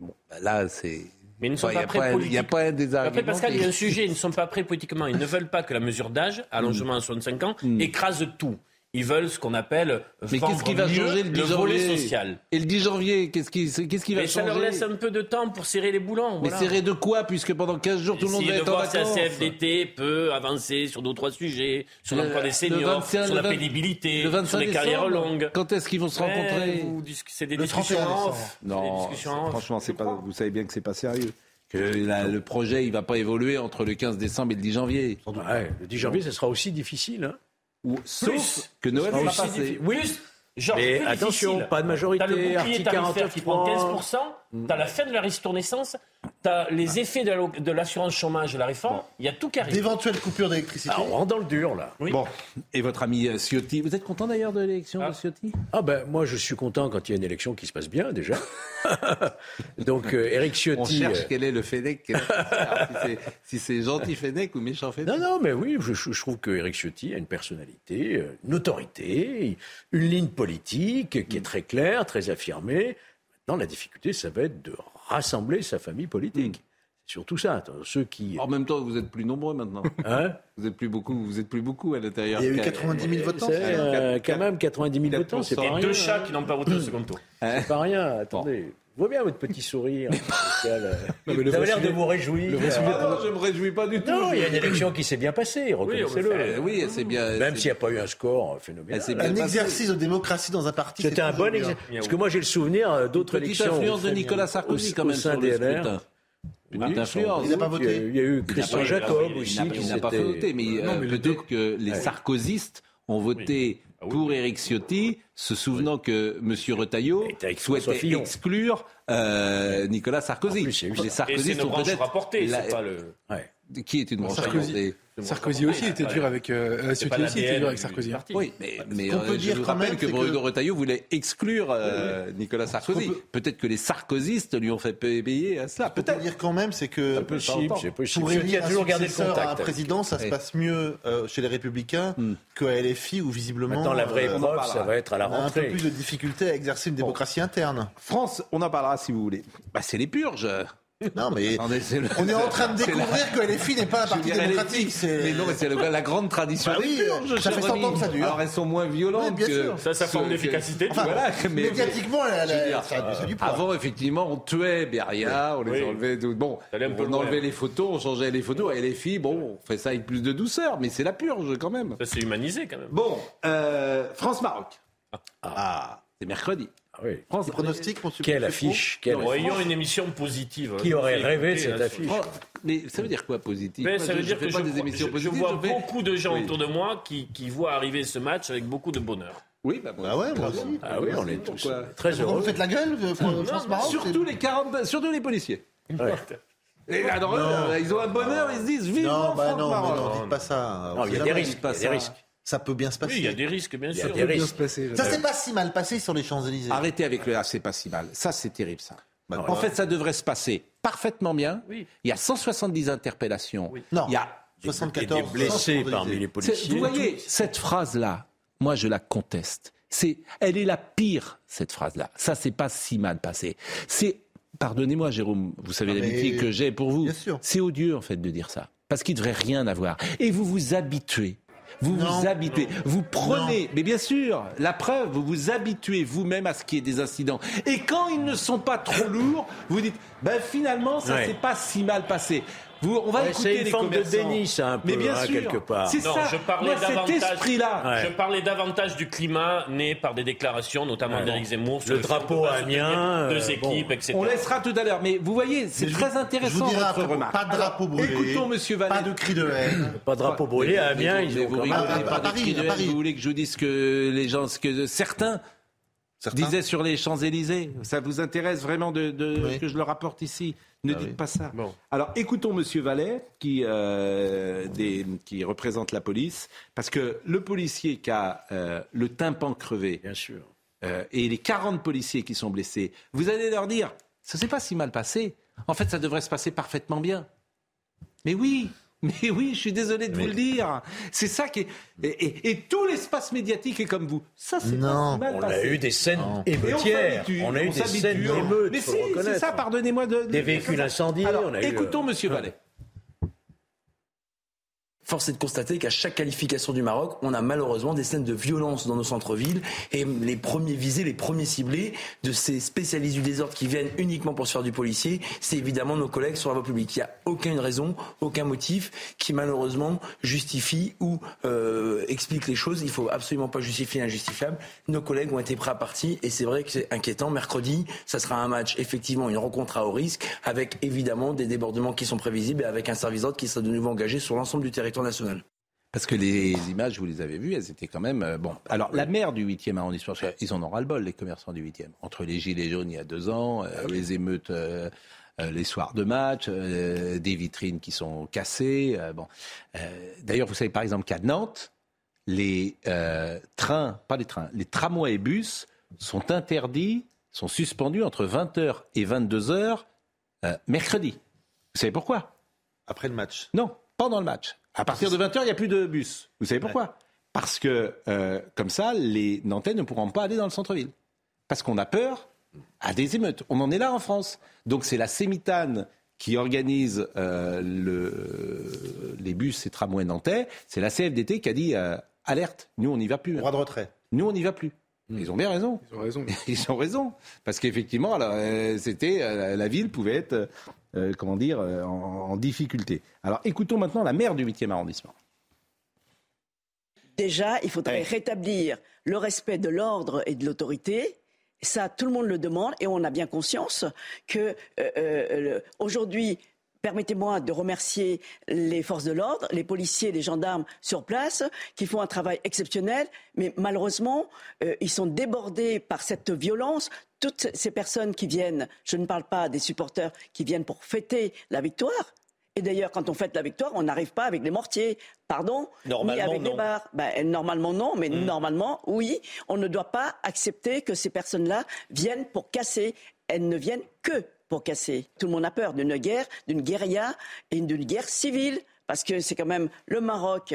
S2: Bon, bah là, c'est...
S4: Mais ils ne sont
S2: Enfin,
S4: pas
S2: y a
S4: prêts
S2: pas- Il n'y a
S4: politiquement.
S2: pas des arguments.
S4: Après, Pascal,
S2: qui-
S4: il y a un sujet. Ils ne sont pas prêts politiquement. Ils ne veulent pas que la mesure d'âge, allongement à 65 ans,
S2: Mm.
S4: écrase tout. Ils veulent ce qu'on appelle euh,
S2: Mais
S4: vendre
S2: qu'est-ce qui va
S4: mieux
S2: changer le 10 janvier
S4: volet social.
S2: Et le 10 janvier, qu'est-ce qui, c'est- qu'est-ce qui va
S4: Mais ça
S2: changer
S4: leur laisse un peu de temps pour serrer les boulons.
S2: Mais
S4: voilà.
S2: serré de quoi Puisque pendant 15 jours, tout le monde va
S4: Essayer
S2: être
S4: de
S2: en
S4: voir si la
S2: vacances.
S4: CFDT peut avancer sur deux ou trois sujets, sur
S2: Le-
S4: l'emploi des
S2: Euh, le
S4: seniors,
S2: 25,
S4: sur
S2: le
S4: la
S2: 20
S4: pénibilité,
S2: Le 25
S4: sur les carrières
S2: décembre,
S4: longues.
S2: Quand est-ce qu'ils vont se rencontrer
S4: Ouais, vous dis- C'est des
S3: Le
S4: discussions
S3: 31
S4: en
S3: décembre.
S4: off. C'est des discussions en off, je crois.
S2: Vous savez bien que c'est pas sérieux. Que la- le projet, il va pas évoluer entre le 15 décembre et le 10 janvier.
S7: Ouais, le 10 janvier, ce sera aussi difficile. hein.
S2: Ou- sauf
S4: Plus.
S2: que Noël
S4: Plus
S2: va
S4: difficile.
S2: passer.
S4: Oui, genre,
S7: Mais
S4: plus
S7: attention,
S4: difficile.
S7: pas de majorité,
S4: T'as le bouclier
S7: article
S4: tarifaire qui prend
S7: 49.3.
S4: 15%, t'as la fin de la ristournescence, t'as
S7: Ah.
S4: les effets de la- de l'assurance chômage de la réforme, il y a tout qui arrive.
S3: D'éventuelles coupures d'électricité.
S7: Ah, on rentre dans le dur, là.
S4: Oui.
S2: Bon, et votre ami euh, Ciotti, vous êtes content d'ailleurs de l'élection
S4: Ah.
S2: de Ciotti
S7: Ah ben, moi, je suis content quand il y a une élection qui se passe bien, déjà. (laughs) Donc, euh, Eric Ciotti...
S2: On cherche
S7: euh,
S2: quel est le Fennec, quel est
S7: (laughs)
S2: le Fessard, hein. si c'est- si c'est gentil Fennec ou méchant Fennec.
S7: Non, non, mais oui, je, je trouve que Éric Ciotti a une personnalité, euh, une autorité, une ligne politique
S2: Mm.
S7: qui est très claire, très affirmée. Maintenant, la difficulté, ça va être de rassembler sa famille politique. C'est surtout ça. Attends, Ceux qui.
S2: Mm. En même temps, vous êtes plus nombreux maintenant.
S7: Hein,
S2: Vous êtes plus beaucoup, vous êtes plus beaucoup à l'intérieur.
S3: Il y a eu
S2: Qu'à-
S3: 90 000 votants.
S7: c'est,
S3: c'est ça
S7: euh,
S2: quatre-
S7: quand même 90 000 votants, c'est
S4: Et
S7: pas rien.
S4: deux chats qui
S7: hein.
S4: n'ont pas voté au second tour.
S7: C'est pas rien, attendez. Je vois bien votre petit sourire. Pascal, euh,
S2: mais le
S7: vous avez
S2: vrai
S7: l'air de
S2: sujet-
S7: vous réjouir.
S2: Ah non, je me réjouis pas du tout.
S7: Non, il y a une
S2: Je-
S7: élection qui s'est bien passée, reconnaissez-le.
S2: Euh, oui, c'est bien.
S7: Même
S2: c'est-
S7: s'il n'y a pas eu un score euh,
S2: Elle
S7: phénoménal.
S2: s'est bien
S3: Un
S2: passée.
S3: exercice de démocratie dans un parti.
S7: C'était
S3: c'est
S7: un
S3: toujours
S7: bon
S3: bien.
S7: exemple. Parce que moi, j'ai le souvenir euh, d'autres
S2: Petite
S7: élections.
S2: influence de
S7: au-
S2: Nicolas Sarkozy quand même
S7: au sein
S2: sur le
S7: des LR.
S2: scrutin.
S7: Oui,
S2: Petite
S7: sans
S2: influence.
S7: doute.
S3: Il n'a pas voté.
S7: Il y a eu- il y a eu
S4: pas-
S7: Christian
S4: il n'a pas-
S7: Jacob
S4: il n'a
S7: aussi.
S4: pas-
S2: Ah Il n'a-
S7: qui
S2: il n'a pas
S7: s'était-
S2: fait voter, mais, euh, peut-être que les sarkozystes ont voté
S7: Ah
S2: pour Éric Ciotti, se souvenant que M. Retailleau
S7: Il était avec François
S2: souhaitait
S7: Fillon.
S2: exclure euh, Nicolas Sarkozy.
S7: En plus, il y a eu
S2: les
S7: ça.
S4: Et
S2: sarkozystes
S4: c'est une
S2: sont
S4: branche
S2: peut-être
S4: rapportée,
S2: la-
S4: c'est pas le...
S7: Ouais.
S2: qui est une branche
S5: Sarkozy.
S2: rapportée.
S5: Sarkozy aussi était dur avec euh,
S4: C'est pas
S5: Ciotti aussi était
S4: l'ADN
S5: dur avec
S4: du
S5: Sarkozy.
S4: parti.
S2: Oui, mais, mais,
S3: qu'on
S2: euh,
S3: peut
S2: je
S3: dire
S2: vous
S3: quand
S2: rappelle
S3: même,
S2: que
S3: c'est
S2: Bruno
S3: que-
S2: Retailleau voulait exclure euh, Nicolas Sarkozy.
S3: qu'on
S2: Peut-être que les sarkozystes lui ont fait payer à cela.
S3: On peut
S2: Peut-être.
S3: dire quand même, c'est que
S2: peut
S7: Possible,
S2: s'entendre.
S7: c'est
S3: pour
S7: possible. Ceux qui
S3: élire
S7: a
S3: un
S7: toujours gardé le
S3: successeur à un
S7: contact.
S3: président, ça se
S2: Oui.
S3: passe mieux euh, chez les Républicains
S2: Hmm.
S3: qu'à LFI où visiblement
S7: Maintenant, la vraie
S3: euh,
S2: en
S7: épreuve,
S2: parlera.
S7: ça va être à la
S3: on a un peu
S7: rentrée.
S3: plus de difficulté à exercer une démocratie interne.
S2: France, on en parlera si vous voulez. Bah, c'est les purges.
S3: Non, mais
S2: Attendez, c'est le-
S3: on est en train de
S2: (laughs) c'est la-
S3: découvrir que LFI n'est pas un
S2: Je
S3: parti
S2: dirais les
S3: démocratique.
S2: filles, Mais
S3: C'est
S2: non, mais c'est le- la grande tradition
S3: Bah
S2: des
S3: oui,
S2: purges,
S3: ça fait
S2: cher
S3: 100 ans
S2: ami.
S3: que ça dure.
S2: Alors elles sont moins
S3: Oui,
S2: violentes
S3: bien
S2: que...
S3: sûr.
S4: Ça, ça forme
S2: que-
S4: d'efficacité, tu
S2: Enfin,
S4: vois.
S2: voilà, mais-
S3: médiatiquement, la-
S2: je veux
S3: la-
S2: dire,
S3: ça a ça a du poids.
S2: Avant, effectivement, on tuait Beria, on les
S4: Oui.
S2: enlevait. tout- Bon,
S4: Ça allait un peu
S2: on
S4: loin.
S2: enlevait les photos, on changeait les photos. Et les filles, bon, on fait ça avec plus de douceur, mais c'est la purge quand même.
S4: Ça, c'est humanisé, quand même.
S2: Bon, euh, France-Maroc. Ah, c'est mercredi.
S7: Ah oui.
S2: France,
S3: Des pronostics pour
S7: Quelle affiche quelle
S4: Bon, ayons
S7: affiche.
S4: une émission positive.
S7: Qui aurait rêvé de
S4: Écoutez,
S7: cette
S4: là,
S7: affiche
S2: Fran- Mais ça veut dire quoi positif
S4: Mais
S2: Moi,
S4: ça
S2: je-
S4: veut
S2: je
S4: dire
S2: fais
S4: que
S2: pas
S4: je,
S2: des
S4: vois-
S2: émissions
S4: je- je
S2: positives,
S4: vois
S2: je fais-
S4: beaucoup de gens
S2: Oui.
S4: autour de moi qui, qui voient arriver ce match avec beaucoup de bonheur.
S2: Oui, bah, moi
S3: Bah ouais,
S2: aussi.
S3: moi aussi.
S7: Ah oui, on est tous
S2: Pourquoi
S7: euh, très
S3: Pourquoi
S7: heureux.
S3: vous faites la gueule,
S7: Hmm.
S3: euh, Fran- France-Maroc
S2: Surtout les 40, surtout les policiers.
S7: Ouais.
S2: Et là, dans eux, ils ont un bonheur, ils se disent
S3: c'est-
S2: vivement
S3: Non, bah
S2: France
S3: non, mais
S2: Maroc.
S3: non, dites pas ça.
S7: Non, il y a
S3: C'est
S7: des
S3: la-
S7: risques. il y a des risques.
S3: ça peut bien se passer.
S4: Oui, il y a des risques, bien
S7: Il y a
S4: sûr.
S7: des risques.
S5: Bien se passer,
S3: Ça
S5: j'adore.
S3: s'est pas si mal passé sur les Champs-Élysées.
S2: Euh. Arrêtez avec le ah, c'est pas si mal. Ça, c'est terrible, ça.
S3: Bah,
S2: en fait, ça devrait se passer parfaitement bien.
S4: Oui.
S2: Il y a 170 interpellations.
S4: Oui.
S3: Non.
S2: Il y a...
S7: Et des
S3: 74
S7: blessés
S3: Champs-Élysées.
S7: parmi les
S2: C'est-
S7: policiers.
S2: Vous voyez, cette phrase-là, moi, je la conteste. C'est, elle est la pire, cette phrase-là. Ça, c'est pas si mal passé. C'est, pardonnez-moi, Jérôme, vous savez
S3: Non, Ah, mais-
S2: l'amitié que j'ai pour vous.
S3: Bien sûr.
S2: C'est odieux, en fait, de dire ça. Parce qu'il ne devrait rien avoir. Et vous vous habituez. Vous
S3: Non.
S2: vous habituez. Vous prenez, mais bien sûr, la preuve, vous vous habituez vous-même à ce qu'il y ait des incidents. Et quand ils ne sont pas trop lourds, vous dites, ben finalement, ça
S7: Ouais.
S2: s'est pas si mal passé. Vous, on va
S7: Ouais,
S2: écouter
S7: c'est une
S2: les
S7: forme de
S2: commerçants.
S7: déni, ça, un peu,
S2: mais bien
S7: hein,
S2: sûr,
S7: quelque part.
S2: C'est
S4: Non,
S2: ça.
S4: je parlais
S2: Moi, cet
S4: davantage-
S2: esprit-là.
S7: Ouais.
S4: Je parlais davantage du climat né par des déclarations, notamment
S7: Ouais.
S4: d'Éric Zemmour. sur
S7: Le
S4: fait
S7: drapeau
S4: qu'on peut pas soutenir
S7: amiens,
S4: Deux
S7: euh,
S4: équipes,
S7: bon.
S4: etc.
S2: On laissera tout à l'heure, mais vous voyez, c'est
S3: Mais je-
S2: très
S3: je
S2: intéressant
S3: vous dirai
S2: votre
S3: après,
S2: remarque.
S3: pas de drapeau
S2: Alors,
S3: brûlé,
S2: Écoutons Monsieur Vallée.
S3: Pas de cri de haine.
S7: Pas de drapeau brûlé à Amiens, ils ont
S2: vous
S7: quand
S2: rigolez,
S7: même-
S3: Ah,
S2: pas
S3: à
S2: de
S3: Paris,
S2: cri de
S3: à
S2: haine,
S3: Paris.
S2: Vous voulez que je vous dise ce que les gens, ce que certains, disaient sur les Champs-Élysées Ça vous intéresse vraiment de, de-
S3: Oui.
S2: que je le rapporte ici Ne dites pas ça.
S4: Bon.
S2: Alors écoutons Monsieur Vallet qui, euh, des- qui représente la police, parce que le policier qui a euh, le tympan crevé,
S7: Bien sûr.
S2: euh, et les 40 policiers qui sont blessés, vous allez leur dire ça s'est pas si mal passé. En fait, ça devrait se passer parfaitement bien. Mais oui, (laughs) mais oui, je suis désolé de vous le dire. C'est ça qui est. Et, et- et tout l'espace médiatique est comme vous. Ça, c'est pas
S3: Non,
S2: si mal
S7: On
S2: passé.
S7: a eu des scènes
S3: Non.
S2: Et on
S7: émeutières.
S2: s'habitue,
S7: On a eu
S2: on
S7: des scènes
S2: s'habitue.
S7: d'émeutes.
S2: Mais
S7: faut
S2: si,
S7: reconnaître.
S2: c'est ça, pardonnez-moi de. de-
S7: Des véhicules incendiés.
S2: Alors,
S7: on a eu, euh,
S2: écoutons Monsieur Vallet.
S10: Force est de constater qu'à chaque qualification du Maroc, on a malheureusement des scènes de violence dans nos centres-villes et les premiers visés, les premiers ciblés de ces spécialistes du désordre qui viennent uniquement pour se faire du policier, c'est évidemment nos collègues sur la voie publique. Il n'y a aucune raison, aucun motif qui malheureusement justifie ou euh, explique les choses. Il faut absolument pas justifier l'injustifiable. Nos collègues ont été prêts à partie et c'est vrai que c'est inquiétant. Mercredi, ça sera un match effectivement une rencontre à haut risque avec évidemment des débordements qui sont prévisibles et avec un service d'ordre qui sera de nouveau engagé sur l'ensemble du territoire national.
S2: Parce que les images, vous les avez vues, elles étaient quand même. euh, bon. Alors, la maire du 8e arrondissement, parce qu'ils en ont ras-le-bol, les commerçants du 8e. Entre les gilets jaunes il y a deux ans, euh, les émeutes euh, euh, les soirs de match, euh, des vitrines qui sont cassées. euh, bon. Euh, D'ailleurs, vous savez par exemple qu'à Nantes, les euh, trains, pas les trains, les tramways et bus sont interdits, sont suspendus entre 20h et 22h euh, mercredi. Vous savez pourquoi
S3: Après le match.
S2: non, pendant le match. À partir de 20h, il n'y a plus de bus. Vous savez pourquoi Parce que, euh, comme ça, les Nantais ne pourront pas aller dans le centre-ville. Parce qu'on a peur à des émeutes. On en est là en France. Donc c'est la Sémitane qui organise euh, le- les bus et tramways nantais. C'est la CFDT qui a dit euh, alerte, nous on n'y va plus.
S3: Droit de retrait. Hmm.
S2: Nous on n'y va plus. Ils ont bien raison.
S5: Ils ont raison.
S2: (laughs) Ils ont raison. Parce qu'effectivement, alors, euh, c'était, euh, la ville pouvait être, euh, euh, comment dire, euh, en, en difficulté. Alors écoutons maintenant la maire du 8e arrondissement.
S6: Déjà, il faudrait
S2: Ouais.
S6: rétablir le respect de l'ordre et de l'autorité. Ça, tout le monde le demande et on a bien conscience que euh, euh, le- aujourd'hui, permettez-moi de remercier les forces de l'ordre, les policiers, les gendarmes sur place, qui font un travail exceptionnel, mais malheureusement, euh, ils sont débordés par cette violence. Toutes ces personnes qui viennent, je ne parle pas des supporters qui viennent pour fêter la victoire. Et d'ailleurs, quand on fête la victoire, on n'arrive pas avec les mortiers, pardon,
S7: Normalement,
S6: ni avec
S7: non.
S6: les barres. Ben, euh, normalement non, mais normalement oui, on ne doit pas accepter que ces personnes-là viennent pour casser. Elles ne viennent que pour casser. Tout le monde a peur d'une guerre, d'une guérilla et d'une guerre civile. Parce que c'est quand même le Maroc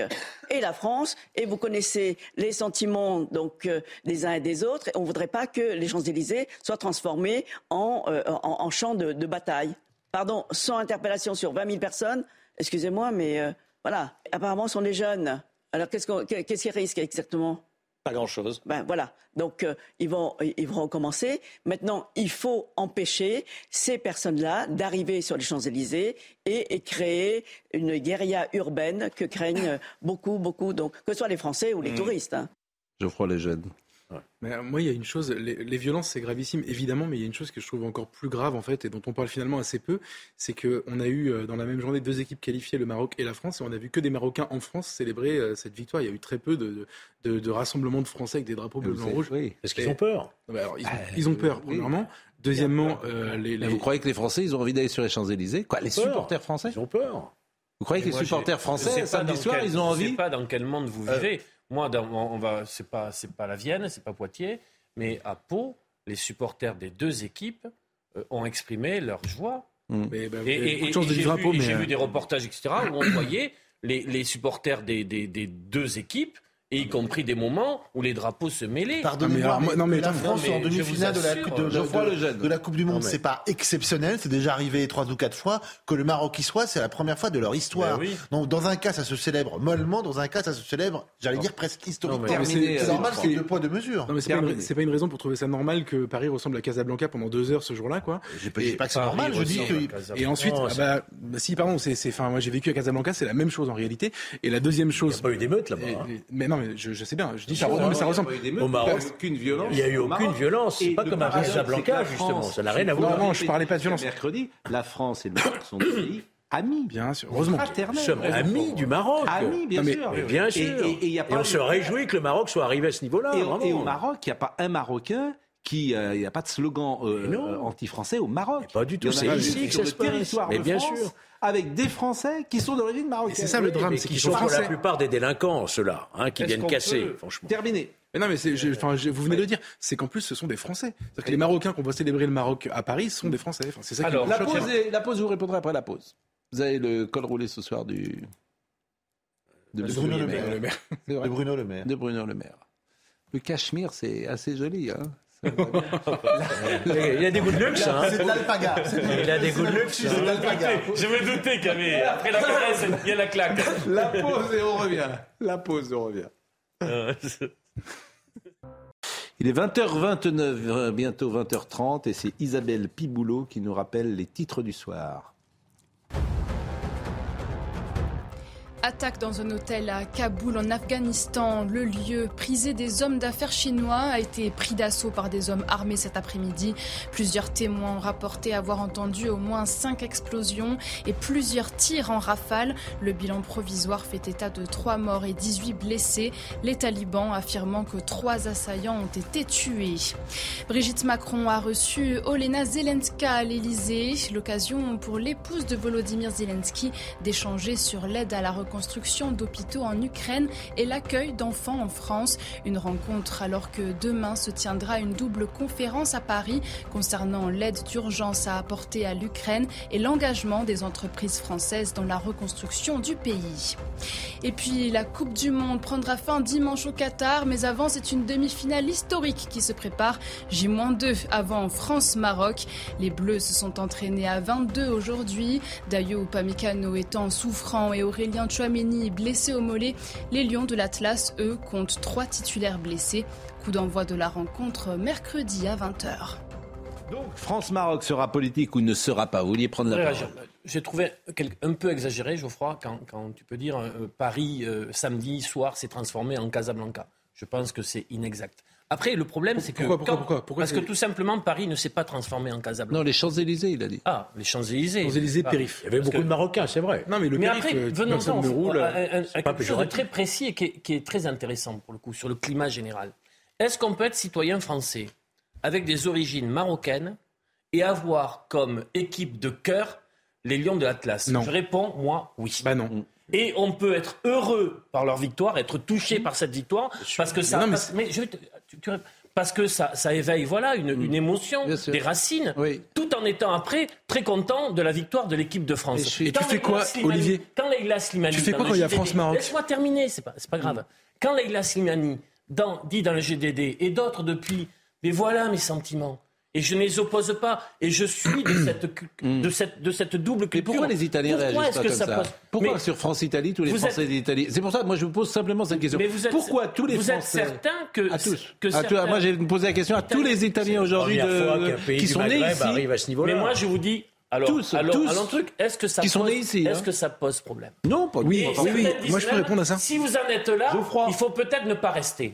S6: et la France, et vous connaissez les sentiments donc euh, des uns et des autres. Et on voudrait pas que les Champs-Élysées soient transformés en, euh, en, en champ de, de bataille. Pardon, 100 interpellations sur 20 000 personnes. Excusez-moi, mais euh, voilà. Apparemment, ce sont des jeunes. Alors qu'est-ce qu'on- qu'est- qu'est-ce qu'ils risquent exactement
S7: Pas grand-chose.
S6: ben voilà, donc euh, ils, vont, ils vont recommencer. Maintenant, il faut empêcher ces personnes-là d'arriver sur les Champs-Élysées et, et créer une guérilla urbaine que craignent euh, beaucoup, beaucoup, donc, que ce soit les Français ou
S7: Mm.
S6: les touristes. hein.
S2: Geoffroy Lejeune.
S5: Mais, euh, moi, il y a une chose, les, les violences, c'est gravissime, évidemment, mais il y a une chose que je trouve encore plus grave, en fait, et dont on parle finalement assez peu, c'est qu'on a eu euh, dans la même journée deux équipes qualifiées, le Maroc et la France, et on a vu que des Marocains en France célébrer euh, cette victoire. Il y a eu très peu de, de, de rassemblements de Français avec des drapeaux bleu, blanc, rouge.
S2: Oui.
S7: Parce qu'ils ont peur.
S5: Non, mais alors, ils, ont,
S2: Bah,
S5: ils ont
S2: euh,
S5: peur,
S2: oui.
S5: premièrement. Deuxièmement, euh, les,
S2: Mais
S5: les-
S2: vous croyez que les Français, ils ont envie d'aller sur les Champs-Élysées Quoi, les
S7: Peur.
S2: supporters français
S7: Ils ont peur.
S2: Vous croyez que
S4: Mais
S2: les
S4: moi, j'ai-
S2: supporters
S4: Je sais
S2: français,
S4: pas
S2: samedi
S4: dans
S2: soir,
S4: quel-
S2: ils ont
S4: Je
S2: envie Euh.
S4: sais pas dans quel monde vous vivez. Moi, dans- on on va, c'est pas, c'est pas la Vienne, c'est pas Poitiers, mais à Pau, les supporters des deux équipes euh, ont exprimé leur joie.
S2: Hmm.
S5: Mais, bah,
S4: Et,
S5: vous avez
S4: et-
S5: beaucoup de
S4: et
S5: chance de
S4: j'ai
S5: vivre à
S4: vu-
S5: Pau,
S4: et
S5: mais,
S4: j'ai
S5: euh,
S4: vu des reportages, etc., où on voyait les, les supporters des, des- des deux équipes, et y compris des moments où les drapeaux se mêlaient.
S5: Ah, mais alors,
S3: Pardonnez-moi,
S5: moi- non,
S3: mais
S5: mais
S3: que la
S5: attends,
S3: France
S4: non,
S3: en
S4: mais je vous
S3: demi-finale de la
S4: assure,
S3: Coupe de-
S2: Geoffroy
S3: de-
S2: Lejeune.
S3: de la Coupe du Monde,
S7: mais-
S3: c'est pas exceptionnel, c'est déjà arrivé trois ou quatre fois que le Maroc y soit, c'est la première fois de leur histoire.
S4: Ben oui.
S3: Donc dans un cas ça se célèbre mollement, dans un cas ça se célèbre, j'allais dire presque historiquement.
S2: Non, mais terminé,
S3: c'est
S2: euh,
S3: normal,
S2: Geoffroy.
S3: c'est deux poids deux mesures.
S5: Non, mais c'est pas,
S2: Terminé.
S5: une- c'est pas une raison pour trouver ça normal que Paris ressemble à Casablanca pendant deux heures ce jour-là, quoi.
S3: Je dis pas- je dis pas que c'est
S4: Paris
S3: normal, je dis
S4: ressemble à
S3: que
S4: Casablanca.
S5: Et ensuite,
S7: Non,
S5: ah
S7: c'est-
S5: bah, bah si, pardon, c'est, c'est, enfin, moi j'ai vécu à Casablanca, c'est la même chose en réalité. Et la deuxième
S7: Il n'y a
S5: chose.
S7: pas eu d'émeute là-bas.
S5: Et-
S7: hein.
S5: et- mais non, mais je, je sais bien, je dis ça, ressemble- mais ça ressemble.
S7: Au Maroc.
S2: aucune violence.
S7: Il n'y a eu
S2: au
S7: aucune
S2: Maroc.
S7: violence. C'est
S2: Et
S7: pas
S2: le
S7: comme à
S2: paradoxe, c'est que
S7: Casablanca,
S2: la
S7: justement.
S2: France-
S7: Ça n'a rien à
S2: faut
S7: voir.
S5: Non, non, je parlais pas de
S2: jusqu'à
S5: violence.
S2: Mercredi, la France et le Maroc sont des
S5: (coughs)
S2: pays amis.
S5: Bien sûr, heureusement.
S7: Nous
S2: Fraternels.
S7: sommes amis du Maroc.
S2: Amis, bien
S5: Non, mais-
S2: sûr.
S7: Mais bien
S2: Et-
S7: sûr.
S2: et- et il y a
S7: Et
S2: pas
S7: on
S2: eu-
S7: se réjouit que le Maroc soit arrivé à ce niveau-là.
S2: Et,
S7: vraiment.
S2: et au Maroc, il n'y a pas un Marocain qui. euh, Il n'y a pas de slogan euh,
S7: Mais non.
S2: euh, anti-français au Maroc.
S7: Mais pas du tout,
S2: Il y en a
S7: c'est
S2: eu
S7: ici que
S2: sur
S7: ça
S2: le
S7: se passe.
S2: territoire
S7: Mais
S2: de
S7: bien
S2: France,
S7: sûr.
S2: avec des Français qui sont d'origine marocaine.
S5: c'est ça le
S2: Oui,
S5: drame,
S2: mais
S5: c'est
S7: qui
S5: qu'ils
S7: sont
S5: sont
S7: pour la
S5: français.
S7: plupart des délinquants, ceux-là, hein, qui
S4: Est-ce
S7: viennent
S4: qu'on
S7: casser,
S4: peut-
S7: franchement.
S2: Terminé.
S5: Mais non, mais c'est, je- enfin, je- vous venez de le dire, c'est qu'en plus ce sont des Français. C'est-à-dire que les Marocains qu'on voit célébrer le Maroc à Paris sont des Français. Enfin, c'est ça qui
S4: Alors,
S5: me
S2: La
S5: choque.
S2: pause, est- la pause, vous répondrez après la pause. Vous avez le col roulé ce soir du. De
S3: Bruno Le Maire.
S2: Le Maire. C'est vrai.
S3: de Bruno Le Maire.
S2: de Bruno Le Maire. Le Cachemire, c'est assez joli. Hein Ça me
S7: (laughs)
S2: va bien.
S7: Il a des goûts de luxe, hein.
S3: C'est de l'alpaga. c'est-
S7: Il a des goûts de luxe.
S3: c'est
S4: hein.
S3: de l'alpaga.
S4: Je me doutais qu'il y avait, après la caresse, il y a la claque.
S2: la pause et on revient.
S7: hein.
S2: La pause et on
S7: (laughs)
S2: revient.
S4: Euh,
S2: Il est 20h29, euh, bientôt 20h30, et c'est Isabelle Piboulot qui nous rappelle les titres du soir.
S11: Attaque dans un hôtel à Kaboul en Afghanistan. Le lieu prisé des hommes d'affaires chinois a été pris d'assaut par des hommes armés cet après-midi. Plusieurs témoins ont rapporté avoir entendu au moins cinq explosions et plusieurs tirs en rafale. Le bilan provisoire fait état de 3 morts et 18 blessés. Les talibans affirmant que trois assaillants ont été tués. Brigitte Macron a reçu Olena Zelenska à l'Elysée. L'occasion pour l'épouse de Volodymyr Zelensky d'échanger sur l'aide à la reconstruction d'hôpitaux en Ukraine et l'accueil d'enfants en France. Une rencontre alors que demain se tiendra une double conférence à Paris concernant l'aide d'urgence à apporter à l'Ukraine et l'engagement des entreprises françaises dans la reconstruction du pays. Et puis la Coupe du Monde prendra fin dimanche au Qatar, mais avant c'est une demi-finale historique qui se prépare. J-2 avant France-Maroc. Les Bleus se sont entraînés à 22 aujourd'hui. Dayo Upamecano étant souffrant et Aurélien Chouameni blessé au mollet, les Lions de l'Atlas, eux, comptent trois titulaires blessés. Coup d'envoi de la rencontre mercredi à 20h.
S2: Donc, France-Maroc sera politique ou ne sera pas Vous vouliez prendre la
S4: réagir.
S2: parole
S4: J'ai trouvé quel- un peu exagéré, Geoffroy, quand, quand tu peux dire euh, Paris, euh, samedi soir, s'est transformé en Casablanca. Je pense que c'est inexact. Après, le problème, c'est que.
S5: Pourquoi, pourquoi,
S4: quand-
S5: pourquoi, pourquoi
S4: Parce que
S5: c'est-
S4: tout simplement, Paris ne s'est pas transformé en Casablanca.
S2: Non, les Champs-Élysées, il a dit.
S4: Ah, les Champs-Élysées.
S5: Champs-Élysées,
S4: Ah.
S5: périph.
S7: Il y avait beaucoup de Marocains, c'est vrai.
S5: Non, mais le
S4: Mais
S5: périph,
S4: après,
S5: euh,
S4: venons-en
S5: personne
S4: au
S5: ne
S4: fond,
S5: roule. euh,
S4: à, à- à- à
S7: pas
S4: quelque chose de
S7: péjoratif.
S4: très précis et qui est, qui est très intéressant pour le coup, sur le climat général. Est-ce qu'on peut être citoyen français avec des origines marocaines et avoir comme équipe de cœur les Lions de l'Atlas
S5: Non.
S4: Je réponds, moi, oui.
S5: Bah
S2: Mm.
S5: non.
S4: Et on peut être heureux par leur victoire, être touché par cette victoire, parce que ça,
S5: Non, mais
S4: parce,
S5: c'est-
S4: mais je vais te- tu- tu- parce que ça, ça éveille voilà une,
S5: Mm.
S4: une émotion,
S2: Bien sûr.
S4: des racines,
S2: Oui.
S4: tout en étant après très content de la victoire de l'équipe de France.
S2: Et je suis-
S5: Et tu
S4: Quand
S5: fais
S4: Leïla
S5: quoi,
S4: Slimani-
S5: Olivier
S4: Quand Leïla Slimani
S5: Tu fais
S4: dans
S5: quoi
S4: le
S5: quand il y a
S4: GDD
S5: France-Maroc Mm.
S4: Laisse-moi terminer, c'est pas, c'est pas grave. Quand Leïla Slimani dans- dit dans le GDD et d'autres depuis, mais voilà mes sentiments. Et je ne les oppose pas. Et je suis de
S5: (coughs)
S4: cette, cu- de cette, de
S5: Mm.
S4: cette double
S2: Mais
S4: culture.
S2: pourquoi les Italiens
S4: Pourquoi
S2: réagissent
S4: est-ce
S2: pas
S4: que
S2: comme
S4: ça,
S2: ça,
S4: pose-
S2: Pourquoi
S4: Mais-
S2: sur France-Italie, tous les
S4: Vous
S2: Français
S4: êtes-
S2: d'Italie C'est pour ça, moi, je vous pose simplement cette question.
S4: Mais vous êtes-
S2: Pourquoi tous les
S4: vous êtes
S2: Français
S4: certain que-
S2: À tous.
S4: que
S2: À tous.
S5: Ah,
S4: certains-
S2: Moi, j'ai posé la question à tous les Italiens aujourd'hui
S7: Première
S2: de-
S7: fois qu'un pays
S2: euh, qui
S7: du
S2: sont nés
S7: Maghreb
S2: ici.
S7: arrive à ce niveau-là.
S4: Mais moi, je vous dis, alors,
S2: Tous,
S4: alors,
S2: tous
S4: alors, truc, est-ce que ça
S2: qui sont
S4: pose-
S2: nés ici,
S4: Est-ce
S2: hein.
S4: que ça pose problème
S2: Non, pas
S5: Oui,
S4: Et
S5: oui,
S4: certaines
S5: oui.
S4: disent
S5: Moi, je peux
S4: même,
S5: répondre à ça.
S4: Si vous en êtes là,
S2: Geoffroy.
S4: il faut peut-être ne pas rester.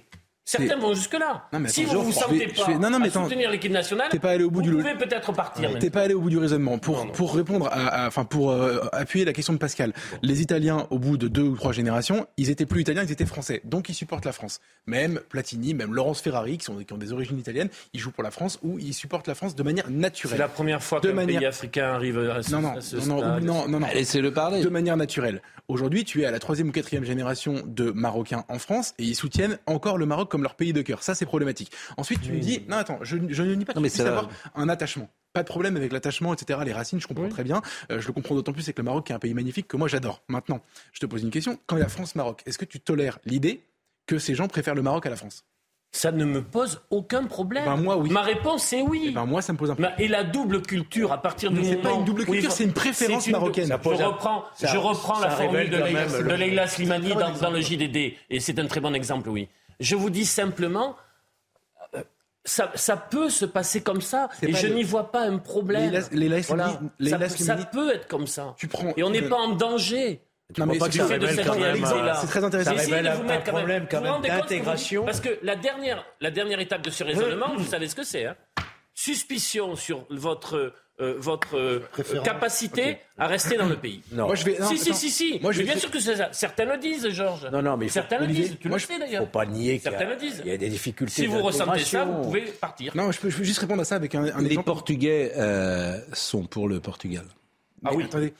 S4: Certains vont jusque-là.
S5: Non, mais
S4: Si
S5: attends,
S4: vous vous
S5: Geoffroy,
S4: sentez
S5: je vais-
S4: pas
S5: je vais- non, non, mais
S4: à
S5: attends,
S4: soutenir l'équipe nationale,
S5: t'es pas allé au bout
S4: vous
S5: du lo-
S4: pouvez peut-être partir.
S5: Ah, T'es pas allé au bout du raisonnement. Pour, pour répondre à, à- enfin pour euh, appuyer la question de Pascal, les Italiens, au bout de deux ou trois générations, ils étaient plus Italiens, ils étaient Français. Donc ils supportent la France. Même Platini, même Laurence Ferrari, qui, sont, qui ont des origines italiennes, ils jouent pour la France ou ils supportent la France de manière
S4: C'est
S5: naturelle.
S4: la première fois
S5: De
S4: qu'un
S5: manière-
S4: pays africain arrive à ce,
S5: Non, non,
S4: à ce
S5: non, non,
S4: stade.
S5: oublie- non, non, non.
S2: Laissez-le parler.
S5: De manière naturelle. Aujourd'hui, tu es à la troisième ou quatrième génération de Marocains en France et ils soutiennent encore le Maroc comme leur pays de cœur. Ça, c'est problématique. Ensuite, tu me dis, non, attends, je, je ne dis pas que
S2: Non, mais
S5: tu
S2: c'est
S5: puisses
S2: la-
S5: avoir un attachement. Pas de problème avec l'attachement, etc. Les racines, je comprends très bien. Euh, je le comprends d'autant plus avec le Maroc qui est un pays magnifique que moi j'adore. Maintenant, je te pose une question. Quand il y a France-Maroc, est-ce que tu tolères l'idée que ces gens préfèrent le Maroc à la France
S4: Ça ne me pose aucun problème.
S5: Eh ben, moi, oui.
S4: Ma réponse c'est oui.
S5: Eh ben, moi, ça me pose un problème.
S4: Ma- Et la double culture, à partir du
S5: Mais c'est
S4: moment
S5: pas une double
S4: où
S5: culture,
S4: ils-
S5: c'est une préférence
S4: c'est une dou-
S5: marocaine. Ça
S4: Je
S7: pose un-
S4: reprends,
S7: ça-
S4: je reprends
S7: ça
S4: la formule
S7: révèle
S4: de
S7: quand
S4: Leila,
S7: même
S4: de
S7: le-
S4: Leila Slimani
S5: C'est un
S4: dans,
S5: bon
S4: dans le JDD, et c'est un très bon exemple, oui. Je vous dis simplement, euh, ça, ça peut se passer comme ça,
S5: C'est
S4: et
S5: pas
S4: je
S5: le-
S4: n'y vois pas un problème.
S5: Leila- Leila
S4: Voilà.
S5: Slimani- Leila
S4: ça, peut-
S5: Slimani-
S4: ça peut être comme ça.
S5: Tu prends.
S4: Et on n'est pas en danger.
S5: Non, mais
S7: crois pas
S5: c'est-
S7: que ça
S5: c'est-
S7: révèle
S5: c'est-
S7: quand même,
S5: c'est-
S7: euh,
S5: C'est très intéressant.
S7: ça
S4: Essayez
S7: révèle
S4: de
S7: un-
S4: vous
S7: un
S4: mettre
S7: problème quand
S4: Vous vous
S7: même
S4: rendez compte que vous-
S7: d'intégration.
S4: Parce que la dernière, la dernière étape de ce raisonnement, vous savez ce que c'est. hein. Suspicion sur votre, euh, votre euh, capacité à rester dans le pays.
S7: Non.
S5: Moi, je vais. non,
S4: si, si,
S5: attends.
S4: si, si.
S5: Moi, je
S4: Mais
S5: vais-
S4: bien sûr que c'est ça. Certains le disent, Georges.
S7: Non, non, mais il faut-
S4: Certains le
S7: Olivier,
S4: disent. Tu
S5: moi,
S4: le
S5: je-
S4: sais
S7: Il ne
S4: d'ailleurs.
S7: faut pas nier qu'il y,
S4: Certains le
S7: a-
S4: disent.
S7: il y a des difficultés.
S4: Si vous ressentez ça, vous
S7: d'intégration.
S4: pouvez partir.
S5: Non, je peux, je peux juste répondre à ça avec un, un
S2: Les
S5: exemple.
S2: Portugais euh, sont pour le Portugal.
S4: Ah oui.
S5: Attendez,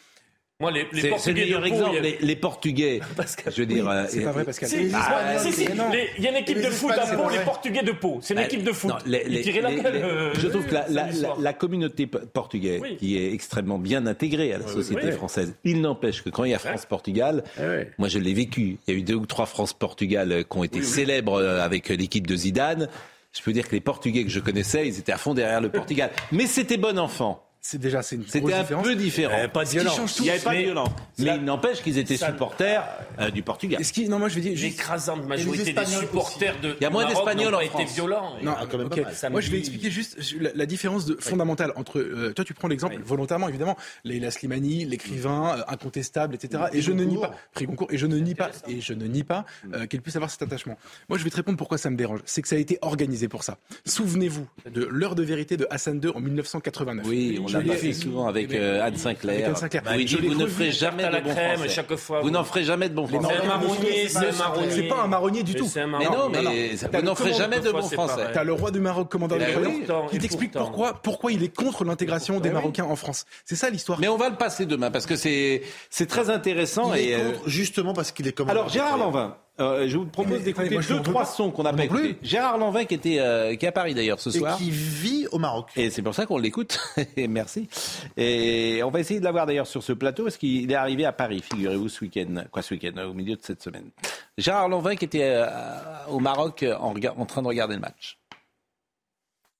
S4: Moi, les, les
S2: C'est- c'est le
S4: Portugais de
S2: meilleur exemple.
S4: Pau, il y a-
S2: Les, les Portugais,
S4: (laughs) Pascal.
S2: je veux dire. euh,
S5: c'est
S2: et-
S5: pas vrai, Pascal.
S4: Si,
S5: Ah,
S4: si, si,
S5: mais non.
S4: les- il y a une équipe
S3: Et
S4: de
S3: les
S4: foot
S3: Espagnols,
S4: à
S3: c'est
S4: Pau,
S3: vrai.
S4: les Portugais de Pau. C'est une
S2: Euh,
S4: équipe de foot.
S2: non, les-
S4: Ils
S2: les-
S4: tiraient la
S2: les-
S4: gueule,
S2: les-
S4: euh,
S2: je trouve que la, la-
S4: samedi
S2: la-
S4: soir.
S2: la communauté p- portugaise,
S4: Oui.
S2: qui est extrêmement bien intégrée à la société
S7: oui.
S2: française, il n'empêche que quand il y a France-Portugal,
S7: Eh ouais.
S2: moi je l'ai vécu. Il y a eu deux ou trois France-Portugal euh, qui ont été célèbres euh, avec euh, l'équipe de Zidane. Je peux dire que les Portugais que je connaissais, ils étaient à fond
S4: (laughs)
S2: derrière le Portugal. Mais c'était bon enfant.
S5: C'est déjà c'est une grosse
S2: C'était un
S5: différence.
S2: peu différent.
S7: Il y avait pas de
S2: Ce qui
S7: violence.
S2: change tout, Il n'y avait pas de
S4: Mais-
S2: violence. Mais il n'empêche qu'ils étaient
S4: ça-
S2: supporters euh, du Portugal.
S5: Et ce qui- non, moi je vais dire juste-
S4: L'écrasante majorité des
S3: Espagnols
S4: supporters de.
S2: Il y a moins
S4: du Maroc
S2: d'Espagnols
S4: n'ont
S2: en
S4: pas été
S2: France.
S4: violents.
S5: Non,
S3: Ah, quand même
S5: ok.
S3: pas mal.
S4: Ça
S5: Moi,
S4: me
S5: je vais
S4: dit-
S5: expliquer juste la, la différence de- fondamentale entre. euh, toi, tu prends l'exemple volontairement, évidemment, Leila Slimani, l'écrivain euh, incontestable, etc. Et je ne nie pas prix Goncourt, et je ne nie pas et je ne nie pas
S4: Mm.
S5: euh, qu'elle puisse avoir cet attachement. Moi, je vais te répondre pourquoi ça me dérange. C'est que ça a été organisé pour ça. Souvenez-vous de l'heure de vérité de Hassan II en 1989.
S2: Oui, on
S5: Je
S2: l'a
S5: l'ai-
S2: passé souvent avec
S5: Eh ben,
S2: euh, Anne Sinclair.
S5: avec Anne Sinclair.
S2: Bah, il dit,
S5: Je l'ai
S2: vous ne
S5: revu,
S2: ferez
S4: tarte
S2: jamais
S4: à
S2: de
S4: la
S2: bon
S4: crème
S2: français.
S4: chaque fois.
S2: Vous n'en ferez jamais de bon
S4: C'est
S2: français.
S4: un marronnier, c'est un marronnier.
S5: C'est pas un marronnier du
S4: Mais
S5: tout.
S4: c'est un
S2: Mais
S4: marronnier.
S2: non,
S5: Non, non.
S2: mais ça-
S5: T'as
S2: vous n'en
S5: le
S2: ferez
S4: comment
S2: jamais de
S4: d'autres
S2: bon
S4: fois, c'est
S2: français.
S4: pareil.
S5: hein. T'as le roi du Maroc, commandant
S2: Et
S5: des
S2: ben
S5: croyants,
S2: oui.
S5: qui t'explique
S4: Et pourtant.
S5: pourquoi, pourquoi il est contre l'intégration des
S2: oui.
S5: Marocains en France. C'est ça l'histoire.
S2: Mais on va le passer demain parce que c'est c'est très intéressant.
S3: Il
S2: et,
S3: est
S2: euh,
S3: contre, justement parce qu'il est comme
S2: Alors Gérard Lanvin, euh, je vous propose
S5: Mais attendez,
S2: d'écouter
S5: moi, je
S2: deux
S5: n'en veux
S2: trois
S5: pas.
S2: sons qu'on n'a pas
S5: plus.
S2: écoutés. Gérard Lanvin qui était euh, qui est à Paris d'ailleurs ce
S3: et
S2: soir.
S3: qui vit au Maroc.
S2: Et c'est pour ça qu'on l'écoute. (laughs) Et Merci. Et on va essayer de l'avoir d'ailleurs sur ce plateau, parce qu'il est arrivé à Paris, figurez-vous, ce week-end. Quoi, ce week-end euh, Au milieu de cette semaine. Gérard Lanvin qui était euh, au Maroc euh, en, rega- en train de regarder le match.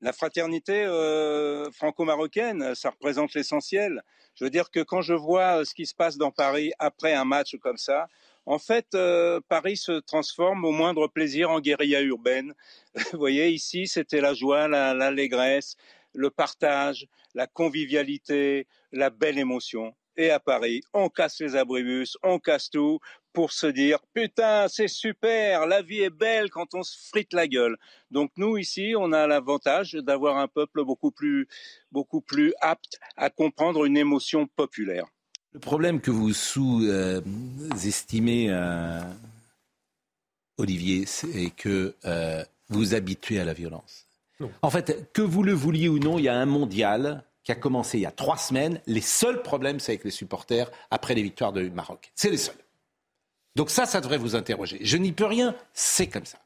S12: La fraternité euh, franco-marocaine, ça représente l'essentiel. Je veux dire que quand je vois euh, ce qui se passe dans Paris après un match comme ça, en fait, euh, Paris se transforme au moindre plaisir en guérilla urbaine. (laughs) Vous voyez, ici, c'était la joie, la- l'allégresse, le partage, la convivialité, la belle émotion. Et à Paris, on casse les abribus, on casse tout pour se dire putain, c'est super, la vie est belle quand on se frite la gueule. Donc nous ici, on a l'avantage d'avoir un peuple beaucoup plus, beaucoup plus apte à comprendre une émotion populaire.
S2: Le problème que vous sous-estimez, euh, Olivier, c'est que euh, vous habituez à la violence.
S4: Non.
S2: En fait, que vous le vouliez ou non, il y a un mondial qui a commencé il y a trois semaines. Les seuls problèmes, c'est avec les supporters après les victoires du Maroc. C'est les seuls. Donc ça, ça devrait vous interroger. Je n'y peux rien, c'est comme ça.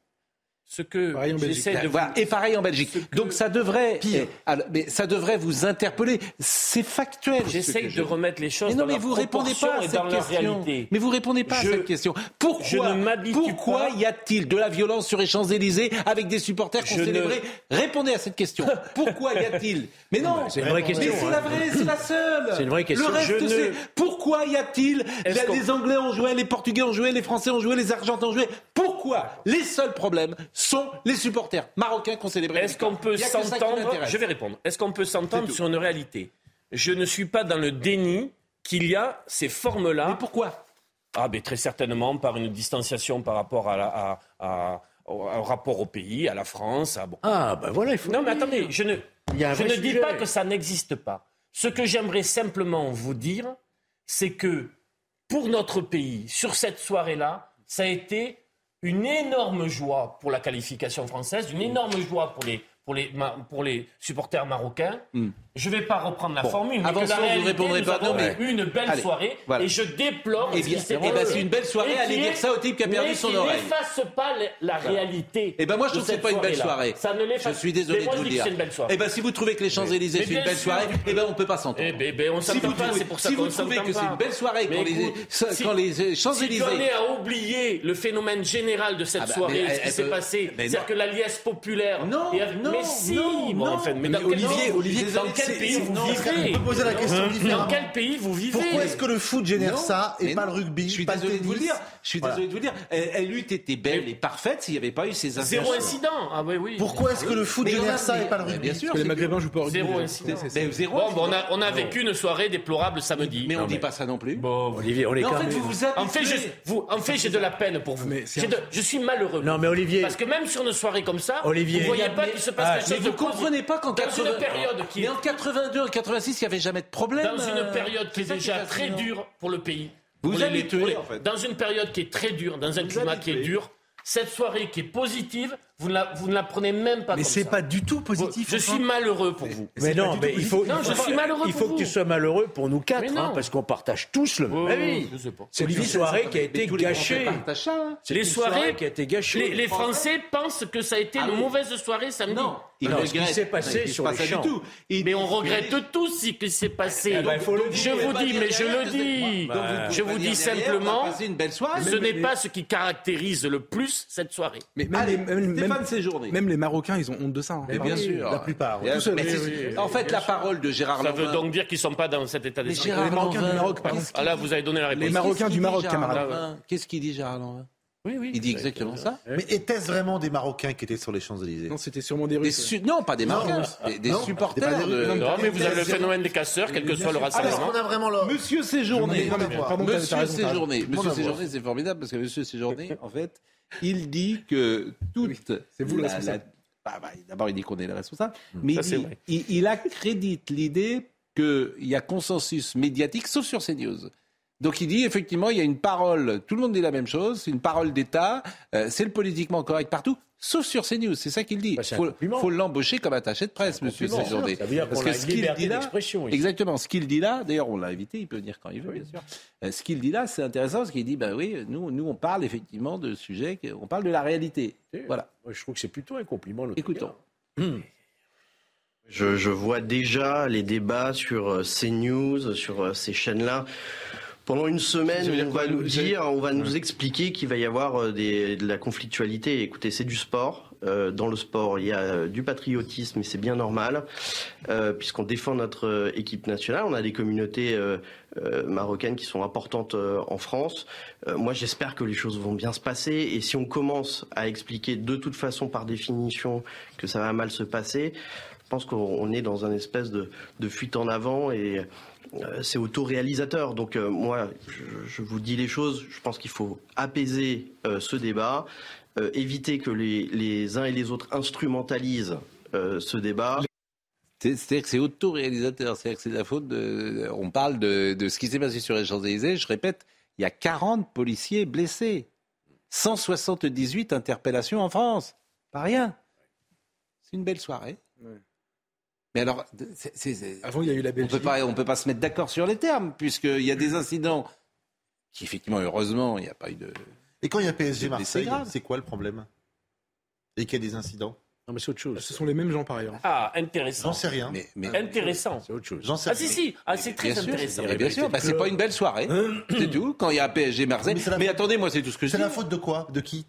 S4: Ce que
S5: Pareil en Belgique.
S4: j'essaie de vous
S2: Voilà. Et pareil en Belgique. Donc ça devrait, eh, alors, mais ça devrait vous interpeller. C'est factuel. ce que
S4: J'essaye
S2: je
S4: de remettre les choses
S2: mais non,
S4: dans
S2: mais
S4: leur
S2: vous répondez
S4: proportion
S2: pas à
S4: et
S2: cette
S4: dans leur
S2: question.
S4: réalité.
S2: Mais vous répondez pas
S4: Je-
S2: à cette question. Pourquoi
S4: je ne m'habitue
S2: Pourquoi
S4: pas.
S2: y a-t-il de la violence sur les Champs-Élysées avec des supporters qui ont
S4: Je ne-
S2: célébré Répondez à cette question. Pourquoi y
S4: (laughs)
S2: a-t-il Mais non,
S7: c'est une vraie
S2: mais
S7: question,
S2: C'est
S7: hein.
S2: la vraie, c'est la seule.
S7: C'est une vraie question.
S2: Le reste,
S7: Je ne-
S2: c'est pourquoi y a-t-il
S4: Est-ce
S2: Là,
S4: qu'on-
S2: Les Anglais ont joué, les Portugais ont joué, les Français ont joué, les Argentins ont joué. Pourquoi Les seuls problèmes sont les supporters marocains qui ont célébré.
S4: Est-ce qu'on peut
S2: Il y a que ça qui
S4: s'entendre
S2: m'intéresse.
S4: Je vais répondre. Est-ce qu'on peut s'entendre
S2: tout.
S4: sur une réalité Je ne suis pas dans le déni qu'il y a ces formes-là.
S2: Mais pourquoi
S4: Ah, ben très certainement par une distanciation par rapport à la- à- à- au, au rapport au pays, à la France. À... bon.
S7: Ah, ben voilà, il faut.
S4: Non, mais attendez, je ne,
S7: Il y a un
S4: je
S7: vrai
S4: ne dis
S7: sujet.
S4: pas que ça n'existe pas. Ce que j'aimerais simplement vous dire, c'est que pour notre pays, sur cette soirée-là, ça a été une énorme joie pour la qualification française, une énorme joie pour les, pour les, ma- pour les supporters marocains. Je ne vais pas reprendre la
S2: Hmm. Bon,
S4: formule, mais que
S2: avançons,
S4: la
S2: vous
S4: réalité,
S2: répondrez
S4: nous
S2: pas,
S4: avons
S2: non, mais-
S4: eu une belle
S2: Allez,
S4: soirée
S2: voilà.
S4: et je déplore
S2: Eh
S4: ce qui
S2: bien,
S4: s'est
S2: eh ben,
S4: passé.
S2: c'est une belle soirée,
S4: Et
S2: allez
S4: qui
S2: dire
S4: est-
S2: ça au type qui a perdu
S4: mais
S2: son
S4: qui
S2: oreille.
S4: n'efface pas la- la
S2: Voilà.
S4: réalité.
S2: Eh ben moi je
S4: de
S2: trouve que c'est
S4: cette
S2: pas une belle
S4: soirée-là.
S2: soirée.
S4: Ça ne l'efface
S2: Je suis désolé
S4: Mais
S2: de
S4: moi,
S2: vous
S4: je dis que
S2: dire.
S4: c'est une belle soirée.
S2: Eh ben si vous trouvez que les Champs Élysées
S4: Mais
S2: c'est une
S4: bien
S2: belle
S4: sûr.
S2: soirée, eh ben on peut pas s'entendre.
S4: Eh ben, ben, on
S2: si
S4: s'entend
S2: vous
S4: pas,
S2: trouvez,
S4: c'est pour ça
S2: si
S4: qu'on
S2: vous
S4: s'entend
S2: trouvez que
S4: pas.
S2: c'est une belle soirée
S4: Mais
S2: quand les,
S4: écoute,
S2: ça-
S4: si-
S2: quand les euh, Champs
S4: Si
S2: Élysées
S4: tu en es à oublier le phénomène général de cette
S2: Ah bah,
S4: soirée,
S2: mais
S4: ce qui
S2: elle
S4: s'est
S2: peut-
S4: passé,
S2: mais
S4: c'est-à-dire
S2: non.
S4: que la liesse populaire.
S2: Non,
S4: et-
S2: non,
S4: mais si,
S2: non,
S4: bon,
S2: non.
S4: en fait, mais dans
S2: Mais
S4: quel-
S2: Olivier,
S4: non,
S2: Olivier,
S4: dans quel
S2: c'est-
S4: pays
S2: c'est-
S4: vous
S2: non,
S4: vivez
S3: on peut poser la question
S4: Dans
S3: différemment.
S4: quel pays vous vivez
S3: Pourquoi est-ce que le foot génère
S2: Non,
S3: ça et
S2: mais
S3: pas
S2: non.
S3: le rugby
S2: Je suis
S3: pas le
S2: désolé de vous le
S3: tennis
S2: dire. Je suis
S3: Voilà.
S2: désolé de vous le dire. Elle, elle eût été belle
S4: Mais-
S2: et parfaite s'il n'y avait pas eu ces incidents.
S4: Zéro incident. Ah oui, oui.
S3: Pourquoi est-ce que le foot
S2: Mais on a-
S3: génère ça et
S2: mais-
S3: pas le
S2: mais
S3: rugby
S2: Bien sûr.
S5: Parce que les
S2: c'est-
S5: Maghrébins jouent pas au rugby.
S4: Zéro
S5: déjà.
S4: incident.
S5: C'est- c'est-
S2: Mais zéro.
S4: Bon, ben, on a, on a vécu une soirée déplorable samedi.
S2: Mais on
S7: Non,
S2: dit
S7: mais-
S2: pas ça non plus.
S4: Bon,
S7: Olivier, on est
S2: Mais en fait,
S7: calmé.
S2: vous vous habituez.
S4: En fait, je, vous, en fait, j'ai de la peine pour vous.
S5: Mais c'est
S4: J'ai de- je suis malheureux.
S7: Non, mais Olivier.
S4: Parce que même sur une soirée comme ça,
S7: Olivier.
S4: vous voyez
S7: Regarde,
S4: pas
S7: mais-
S4: qu'il se passe
S7: Ah,
S4: quelque
S2: Mais
S4: chose de
S2: vous comprenez pas qu'en
S4: Dans une
S2: 80
S4: période qui
S2: Mais
S4: est-
S2: en 82 en 86, il n'y avait jamais de problème.
S4: Dans une
S2: euh,
S4: période qui est
S2: c'est ça
S4: déjà
S2: est
S4: très
S2: fascinant.
S4: dure pour le pays.
S2: Vous
S4: Pour les-
S2: habituez,
S4: pour les-
S2: en fait.
S4: Dans une période qui est très dure, dans un climat qui est dur, cette soirée qui est positive, vous ne la, vous ne la prenez même pas
S10: Mais
S4: comme
S10: c'est
S4: ça.
S10: pas du tout
S4: Vous-
S10: positif.
S4: Je suis malheureux pour vous.
S7: Mais non, mais il faut,
S4: Non,
S7: il
S4: je
S7: faut pas-
S4: suis malheureux
S7: il
S4: pour
S7: faut que
S4: vous.
S7: tu sois malheureux pour nous quatre,
S4: Mais
S7: hein,
S4: non.
S7: parce qu'on partage tous le même
S4: Oh,
S7: avis.
S4: je sais pas.
S7: Bah C'est une
S2: Mais
S7: soirée
S2: ça,
S7: qui a
S2: mais
S7: été
S2: tous les Français
S7: gâchée.
S2: partagent ça, hein.
S7: C'est
S4: Les
S7: une
S4: soirées-
S7: qui a été gâchée.
S4: Les, les Français pensent que ça a été
S2: Ah
S4: une
S2: oui.
S4: mauvaise soirée samedi.
S2: Non, ils
S7: Non, ce
S2: regrettent.
S7: qui s'est passé
S2: Non, ils disent
S7: sur
S2: pas
S7: les
S2: ça du
S7: champs.
S2: tout. Ils-
S4: Mais on
S2: ils-
S4: regrette tous ce qui s'est passé.
S7: Eh ben, faut le
S4: je
S7: dire.
S4: vous dis, mais je
S2: Derrière,
S4: le dis.
S2: Donc, vous pouvez
S4: je vous
S2: pas
S4: dis
S2: dire derrière,
S4: simplement,
S2: on a passé une belle soirée.
S4: ce n'est pas ce qui caractérise le plus cette soirée.
S5: Mais même, les,
S2: Allez,
S5: même- même-
S2: Stéphane Séjourné.
S5: même les Marocains, ils ont honte de ça. hein.
S2: Mais bien sûr.
S3: La plupart.
S2: Bien
S5: Tout
S2: sûr.
S5: seul.
S2: Mais
S5: Oui,
S2: c'est- en fait, la parole de Gérard
S4: Ça veut
S2: Lanvin.
S4: donc dire qu'ils ne sont pas dans cet état
S2: Mais
S4: d'esprit.
S2: Gérard
S5: Les Marocains du
S2: Lanvin,
S5: Maroc, par
S2: qu'est-ce
S5: exemple.
S4: Ah là, vous avez donné la
S5: Les
S4: réponse.
S5: Marocains
S2: qu'est-ce qu'il
S5: du
S2: dit,
S5: Maroc, Ah
S2: Gérard
S5: camarade.
S2: Lanvin Qu'est-ce qu'il dit, Gérard Lanvin
S4: Oui, oui.
S2: Il dit exactement ça.
S3: euh, Mais étaient-ce vraiment des Marocains qui étaient sur les Champs-Élysées
S5: Non, c'était sûrement des
S2: Des
S5: Russes.
S2: su- Non, pas des
S3: Non,
S2: Marocains, des, des
S3: non, c'est pas
S2: supporters.
S3: des-
S2: de-
S4: Non, mais vous avez le
S3: Zéro.
S4: phénomène des casseurs, quel que soit le
S3: Ah, est-ce
S4: rassemblement.
S3: qu'on a vraiment leur...
S2: Monsieur
S3: Je
S2: Séjourné.
S3: me demande à quoi.
S5: Pardon, t'as- t'as
S2: Monsieur
S5: raison, t'as raison.
S2: Séjourné.
S3: Demande
S2: Monsieur
S3: à voir.
S2: Séjourné, c'est formidable parce que Monsieur Séjourné, en fait, il dit que toute.
S5: c'est vous le
S2: la-
S5: responsable. Hmm.
S2: la- bah, bah, D'abord, il dit qu'on est le responsable, mais
S4: Ça,
S2: il,
S4: c'est
S2: dit-
S4: vrai.
S2: il, il accrédite l'idée qu'il y a consensus médiatique, sauf sur CNews. Donc il dit effectivement, il y a une parole, tout le monde dit la même chose, c'est une parole d'État, euh, c'est le politiquement correct partout, sauf sur CNews, c'est ça qu'il dit.
S7: Bah,
S2: Il
S7: c'est un
S2: faut,
S7: compliment.
S2: faut l'embaucher comme attaché de presse, monsieur
S7: compliment,
S2: Séjourné.
S7: ça veut dire qu'on a une liberté d'expression ici.
S2: Exactement. Ce qu'il dit là, d'ailleurs, on l'a invité, il peut venir quand il veut, bien sûr. Euh, ce qu'il dit là, c'est intéressant parce qu'il dit, ben oui, nous, nous, on parle effectivement de sujets, que- on parle de la réalité. Voilà.
S7: Moi, je trouve que c'est plutôt un compliment. l'autre
S2: Écoutons.
S13: Hmm. Je, je vois déjà les débats sur euh, CNews, sur euh, ces chaînes-là. Pendant une semaine,
S2: Ça veut dire
S13: on
S2: quoi,
S13: va nous
S2: nous- ça-
S13: dire, on va nous expliquer qu'il va y avoir euh, des- de la conflictualité. Écoutez, c'est du sport. Euh, dans le sport, il y a euh, du patriotisme et c'est bien normal, euh, puisqu'on défend notre euh, équipe nationale. On a des communautés euh, euh, marocaines qui sont importantes euh, en France. Euh, moi, j'espère que les choses vont bien se passer. Et si on commence à expliquer de toute façon, par définition, que ça va mal se passer, je pense qu'on on est dans un espèce de, de fuite en avant et euh, c'est autoréalisateur. Donc euh, moi, je, je vous dis les choses. Je pense qu'il faut apaiser euh, ce débat, euh, éviter que les, les uns et les autres instrumentalisent euh, ce débat.
S2: C'est- C'est-à-dire que c'est autoréalisateur, c'est-à-dire que c'est la faute de... On parle de, de ce qui s'est passé sur les Champs-Élysées, je répète, il y a 40 policiers blessés, 178 interpellations en France, pas rien. C'est une belle soirée.
S5: Ouais.
S2: Mais alors, c'est- c'est- c'est-
S5: Avant, il y a eu la
S2: on peut
S5: Belgique.
S2: pas, on peut pas se mettre d'accord sur les termes, puisqu'il y a des incidents qui, effectivement, heureusement, il n'y a pas eu de...
S3: Et quand il y a
S2: Mais
S3: PSG
S2: c'est
S3: Marseille,
S2: grave.
S3: c'est quoi le problème Et qu'il y a des incidents
S7: Non, mais c'est autre chose.
S5: Ce sont les mêmes gens par ailleurs.
S4: Ah, intéressant.
S3: J'en sais rien.
S2: Mais, mais-
S4: Intéressant.
S7: C'est autre chose.
S3: J'en sais
S4: Ah
S3: rien.
S4: si, si. Ah, c'est très
S2: bien sûr,
S4: intéressant.
S2: mais bien sûr, bah, c'est pas une belle soirée,
S5: Euh,
S2: c'est tout, quand il y a PSG Marseille.
S3: Mais c'est la
S2: Mais,
S3: faute-
S2: attendez, moi, c'est tout ce que je
S3: C'est
S2: dis.
S3: la faute de quoi De qui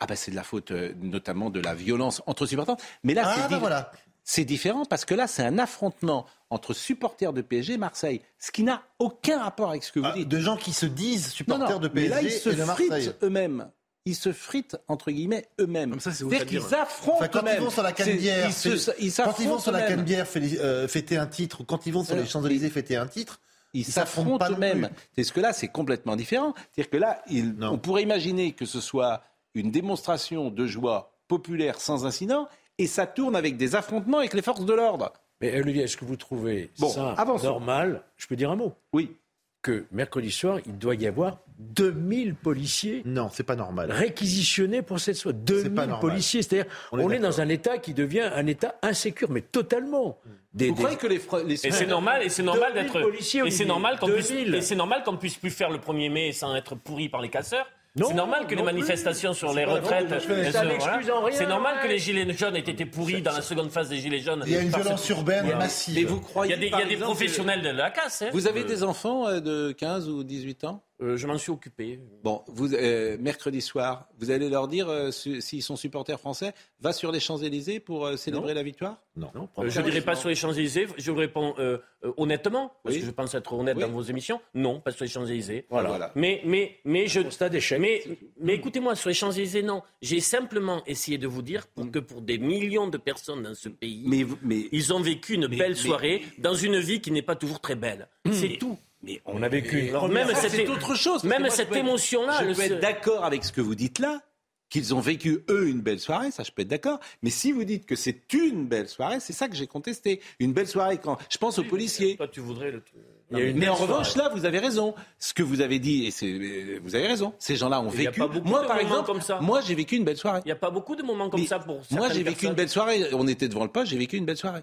S2: Ah bah c'est de la faute euh, notamment de la violence entre supporters. Mais là,
S3: Ah
S2: c'est,
S3: bah
S2: di-
S3: voilà.
S2: c'est différent parce que là, c'est un affrontement entre supporters de PSG et Marseille, ce qui n'a aucun rapport avec ce que vous
S3: Ah,
S2: dites.
S3: De gens qui se disent
S2: Non,
S3: supporters
S2: non,
S3: de
S2: mais
S3: PSG
S2: là, ils se
S3: et de Marseille.
S2: fritent eux-mêmes. Ils se fritent, entre guillemets, eux-mêmes.
S5: Comme ça, c'est
S2: C'est-à-dire
S5: autre chose.
S2: qu'ils affrontent
S3: Enfin, quand
S2: eux-mêmes.
S3: ils vont sur la
S2: C'est-
S3: Canebière,
S2: ils se-
S3: c'est-
S2: ils
S3: Quand ils vont
S2: s'affrontent
S3: sur la
S2: eux-mêmes.
S3: Canebière féli- euh, fêter un titre, ou quand ils vont sur les
S2: Alors,
S3: Champs-Élysées fêter un titre,
S2: Ils
S3: Ils s'affrontent
S2: s'affrontent
S3: pas non
S2: eux-mêmes. C'est ce que là, c'est complètement différent. C'est-à-dire que là, ils-
S3: Non.
S2: on pourrait imaginer que ce soit une démonstration de joie populaire sans incident, et ça tourne avec des affrontements avec les forces de l'ordre.
S7: Mais Olivier, est-ce que vous trouvez
S2: Bon,
S7: ça
S2: avançons.
S7: normal Je peux dire un mot
S2: Oui.
S7: Que mercredi soir, il doit y avoir 2000 policiers
S3: Non, c'est pas normal.
S7: réquisitionnés pour cette soirée.
S3: C'est
S7: 2000
S3: pas normal.
S7: policiers. C'est-à-dire,
S3: On
S7: on,
S3: est
S7: est
S3: d'accord.
S7: dans un État qui devient un État insécure, mais totalement. Des-
S2: Vous
S7: des-
S2: croyez que les, fre- les
S4: Et c'est
S2: semaines-
S4: normal, et c'est normal
S7: 2000
S4: d'être.
S7: policiers,
S4: Et c'est
S7: Olivier,
S4: normal qu'on puisse,
S7: 2000.
S4: et c'est normal qu'on ne puisse plus faire le 1er mai sans être pourri par les casseurs.
S7: Non,
S4: c'est normal que les
S7: non plus.
S4: manifestations sur
S7: C'est
S4: les
S7: pas
S4: retraites.
S7: vrai, mais
S4: elles
S7: ça
S4: se-
S7: n'excuse en rien,
S4: C'est normal que
S7: ouais.
S4: les gilets jaunes aient été pourris dans la seconde phase des gilets jaunes.
S3: Il y a une
S4: Parce-
S3: violence urbaine
S2: Mais
S3: massive.
S2: vous
S4: Il y
S2: croyez
S4: a des, il y a
S2: par
S4: des
S2: exemple,
S4: professionnels de la casse. hein.
S2: que- Vous avez des enfants euh, de 15 ou 18 ans
S4: Euh, je m'en suis occupé.
S2: Bon, vous, euh, mercredi soir, vous allez leur dire, euh, su- s'ils sont supporters français, va sur les Champs-Élysées pour euh, célébrer la victoire
S7: Non,
S4: Euh, je ne dirais pas
S2: non.
S4: sur les Champs-Élysées. Je vous réponds euh, euh, honnêtement, parce
S2: Oui.
S4: que je pense être honnête
S2: Oui.
S4: dans vos émissions. Non, pas sur les Champs-Élysées.
S7: Voilà.
S4: Mais, mais, mais je,
S7: Constat d'échec.
S4: Mais, mais écoutez-moi, sur les Champs-Élysées, non. J'ai simplement essayé de vous dire pour que pour des millions de personnes dans ce pays,
S2: Mm. Mais, vous- mais
S4: ils ont vécu une
S2: Mais-
S4: belle
S2: mais- Mm.
S4: soirée dans une vie qui n'est pas toujours très belle. C'est tout.
S2: Mais
S7: On a vécu une
S4: Alors même
S2: Ça,
S4: cette,
S2: c'est autre chose. parce que
S4: même
S2: moi, je
S4: cette
S2: peux être-
S4: émotion-là,
S2: Je
S4: le-
S2: peux être d'accord avec ce que vous dites là, qu'ils ont vécu eux une belle soirée, ça je peux être d'accord. Mais si vous dites que c'est une belle soirée, c'est ça que j'ai contesté. Une belle soirée quand je pense aux policiers.
S4: euh, Toi, tu voudrais le.
S7: Il y a une
S2: mais
S7: belle
S2: en
S7: soirée.
S2: revanche, là, vous avez raison. Ce que vous avez dit, et c'est, euh, vous avez raison. Ces gens-là ont
S4: Il y a
S2: vécu.
S4: pas beaucoup
S2: Moi,
S4: de
S2: par
S4: moments
S2: exemple,
S4: comme ça.
S2: moi, j'ai vécu une belle soirée.
S4: Il n'y a pas beaucoup de moments comme
S2: Mais
S4: ça pour.
S2: Moi, j'ai
S4: certaines
S2: vécu une
S4: personnes.
S2: belle soirée. On était devant le poste, j'ai vécu une belle soirée.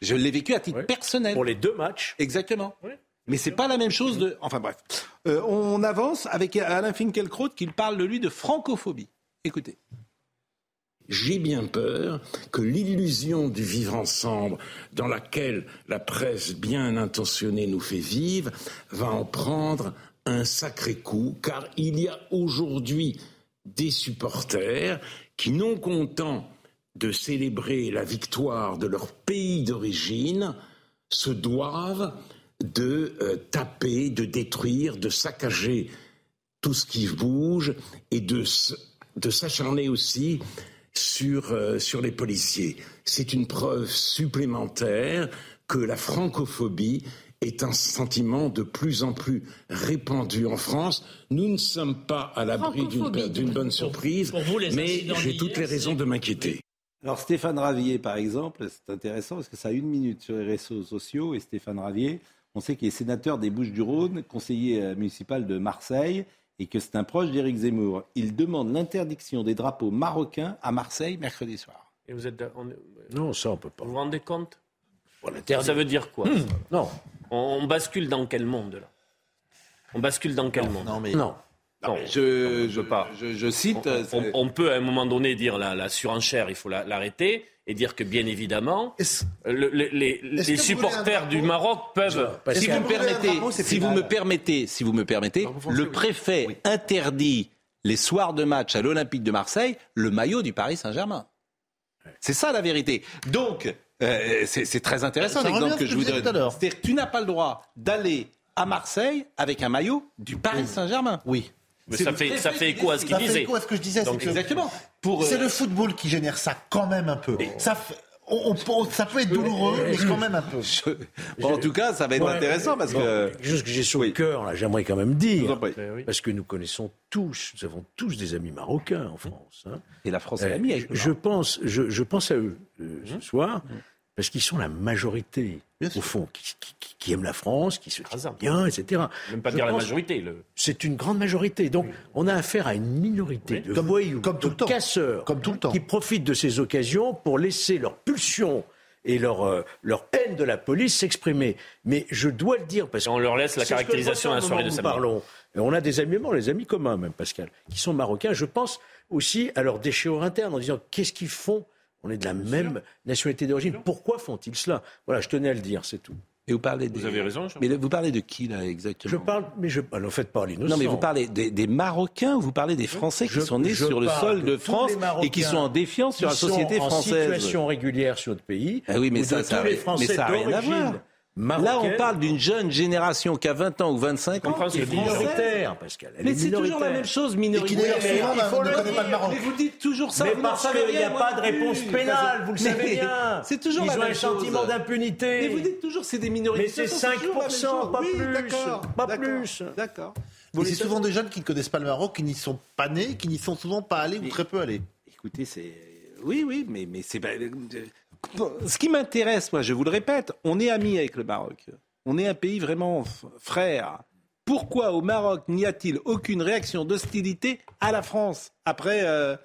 S2: Je l'ai vécu à titre
S7: Ouais.
S2: personnel.
S7: Pour les deux matchs,
S2: Exactement.
S4: Oui.
S2: Mais c'est pas la même chose
S7: Mm-hmm.
S2: de. Enfin bref. Euh, on avance avec Alain Finkielkraut qui parle de lui de francophobie. Écoutez.
S14: J'ai bien peur que l'illusion du vivre ensemble, dans laquelle la presse bien intentionnée nous fait vivre, va en prendre un sacré coup, car il y a aujourd'hui des supporters qui, non contents de célébrer la victoire de leur pays d'origine, se doivent de euh, taper, de détruire, de saccager tout ce qui bouge et de, s- de s'acharner aussi sur, euh, sur les policiers. C'est une preuve supplémentaire que la francophobie est un sentiment de plus en plus répandu en France. Nous ne sommes pas à l'abri d'une
S11: Francophobie.
S14: d'une bonne surprise,
S13: Pour vous, les
S14: mais
S13: incidents
S14: j'ai
S13: d'hier,
S14: toutes les raisons de m'inquiéter.
S2: Alors Stéphane Ravier, par exemple, c'est intéressant parce que ça a une minute sur les réseaux sociaux. Et Stéphane Ravier, on sait qu'il est sénateur des Bouches-du-Rhône, conseiller euh, municipal de Marseille et que c'est un proche d'Éric Zemmour. Il demande l'interdiction des drapeaux marocains à Marseille mercredi soir.
S4: Et vous êtes. on-
S7: non, ça on peut pas.
S4: Vous vous rendez compte
S7: On l'interdit.
S4: Ça veut dire quoi
S2: Hmm.
S4: ça
S7: Non,
S4: on, on bascule dans quel monde là On bascule dans quel monde
S3: Non, mais.
S7: non.
S4: Non.
S2: Je,
S4: je- pas.
S2: cite.
S4: On, on- on peut à un moment donné dire la, la surenchère, il faut la- l'arrêter et dire que bien évidemment,
S3: Est-ce-
S4: le- le- les, les
S3: Est-ce que vous voulez un
S4: supporters
S3: drapeau
S4: du Maroc peuvent.
S7: Parce
S2: si
S7: que-
S2: vous me
S3: brûler un
S2: permettez,
S3: drapeau, c'est
S2: si vous
S3: pénal.
S2: me permettez, si vous me permettez,
S5: vous pensez,
S2: le
S5: oui.
S2: préfet interdit les soirs de match à l'Olympique de Marseille le maillot du Paris Saint-Germain. C'est ça la vérité. Donc, euh, c'est c'est très intéressant
S3: Ça revient à
S2: l'exemple
S3: ce
S2: que
S3: que
S2: je
S3: je
S2: vous
S3: disais
S2: donne.
S3: tout à l'heure.
S2: C'est-à-dire que tu n'as pas le droit d'aller à Marseille avec un maillot du Paris Saint-Germain.
S3: Oui.
S4: Mais
S2: C'est
S4: ça
S2: le
S4: fait,
S2: préfet
S4: ça fait
S2: qui
S4: écho à ce
S2: décide.
S4: qu'il
S3: Ça fait
S4: disait.
S3: écho à ce que je disais.
S4: Donc,
S3: c'est que-
S2: Exactement. Pour, euh,
S3: C'est le football qui génère ça quand même un peu. Ça, fait- on- on- on- ça peut être douloureux, mais quand même un peu.
S2: je- (laughs) bon, en tout cas, ça va être
S7: Ouais.
S2: intéressant parce
S7: Bon,
S2: que.
S7: quelque chose que j'ai sur
S2: Oui.
S7: le cœur, là, j'aimerais quand même
S2: Je vous en
S7: dire,
S2: prie.
S7: parce que nous connaissons tous, nous avons tous des amis marocains en France. hein.
S2: Et la France est
S7: Euh,
S2: l'ami
S7: je,
S2: avec hein. Mmh. le
S7: je pense, je, je pense à eux euh, ce soir, parce qu'ils sont la majorité,
S3: Bien
S7: au
S3: sûr.
S7: fond, qui, qui- qui- qui aiment la France, qui se disent
S4: Écrasant.
S7: bien, etc.
S4: Même pas
S7: Je
S4: dire la
S7: pense-
S4: majorité. le-
S7: C'est une grande majorité. Donc, on a affaire à une minorité de
S3: Comme-
S7: voyous,
S3: comme tout
S7: de
S3: le temps.
S7: casseurs,
S3: Comme tout le temps.
S7: qui profitent de ces occasions pour laisser leur pulsion et leur, euh, leur haine de la police s'exprimer. Mais je dois le dire, parce
S4: On leur laisse la
S7: c'est ce que je
S4: caractérisation à la
S7: ressens au
S4: soirée de
S7: moment où nous
S4: samedi.
S7: parlons. Et on a des amis, bon, les amis communs même, Pascal, qui sont marocains. Je pense aussi à leur déchirure interne en disant qu'est-ce qu'ils font On est de la même nationalité d'origine. Pourquoi font-ils cela Voilà, je tenais à le dire, c'est tout.
S2: Et vous parlez des-
S4: Vous avez raison, Jean.
S2: Mais le- vous parlez de qui là exactement
S7: Je parle, mais je ne faites pas l'innocent.
S2: Non, mais vous parlez des, des Marocains, vous parlez des Français qui
S7: Je-
S2: sont nés
S7: je
S2: sur le
S7: parle
S2: sol
S7: de
S2: de
S7: tous
S2: France
S7: les Marocains
S2: et qui sont en défiance sur
S7: qui
S2: la société
S7: sont en
S2: française.
S7: situation régulière sur notre pays.
S2: Ah oui, mais
S7: ou
S2: ça,
S7: de
S2: ça a
S7: tous les
S2: rien- mais
S7: Français
S2: ça a rien à
S7: d'origine
S2: voir. Là, on parle d'une jeune génération qui a 20 ans ou 25 ans.
S7: qui est minoritaire, Pascal. Elle
S2: Mais
S7: est
S2: c'est toujours la
S7: minoritaire.
S2: même chose,
S7: Et qui,
S2: minoritaire.
S7: d'ailleurs, souvent,
S2: Il faut
S7: ne
S2: le
S7: connaît
S2: dire.
S7: pas le Maroc.
S2: Mais vous dites toujours ça.
S7: Mais
S2: vous n'en
S7: parce
S2: savez
S7: qu'il n'y a pas
S2: rien, moi
S7: de
S2: non plus.
S7: réponse pénale, vous le
S2: Mais
S7: savez bien.
S2: C'est toujours
S7: Ils
S2: la
S7: ont
S2: même
S7: un
S2: chose.
S7: sentiment d'impunité.
S2: Mais vous dites toujours c'est des minorités.
S7: Mais c'est
S2: De toute façon, toujours la même
S7: 5%,
S2: chose.
S7: pas
S2: Oui,
S7: plus.
S2: d'accord,
S7: Pas
S2: d'accord,
S7: plus.
S2: D'accord.
S3: Et c'est souvent des jeunes qui ne connaissent pas le Maroc, qui n'y sont pas nés, qui n'y sont souvent pas allés ou très peu allés.
S2: Écoutez, c'est. Oui, oui, mais, mais c'est. ben, euh, Ce qui m'intéresse, moi, je vous le répète, on est amis avec le Maroc. On est un pays vraiment f- frère. Pourquoi au Maroc n'y a-t-il aucune réaction d'hostilité à la France après euh,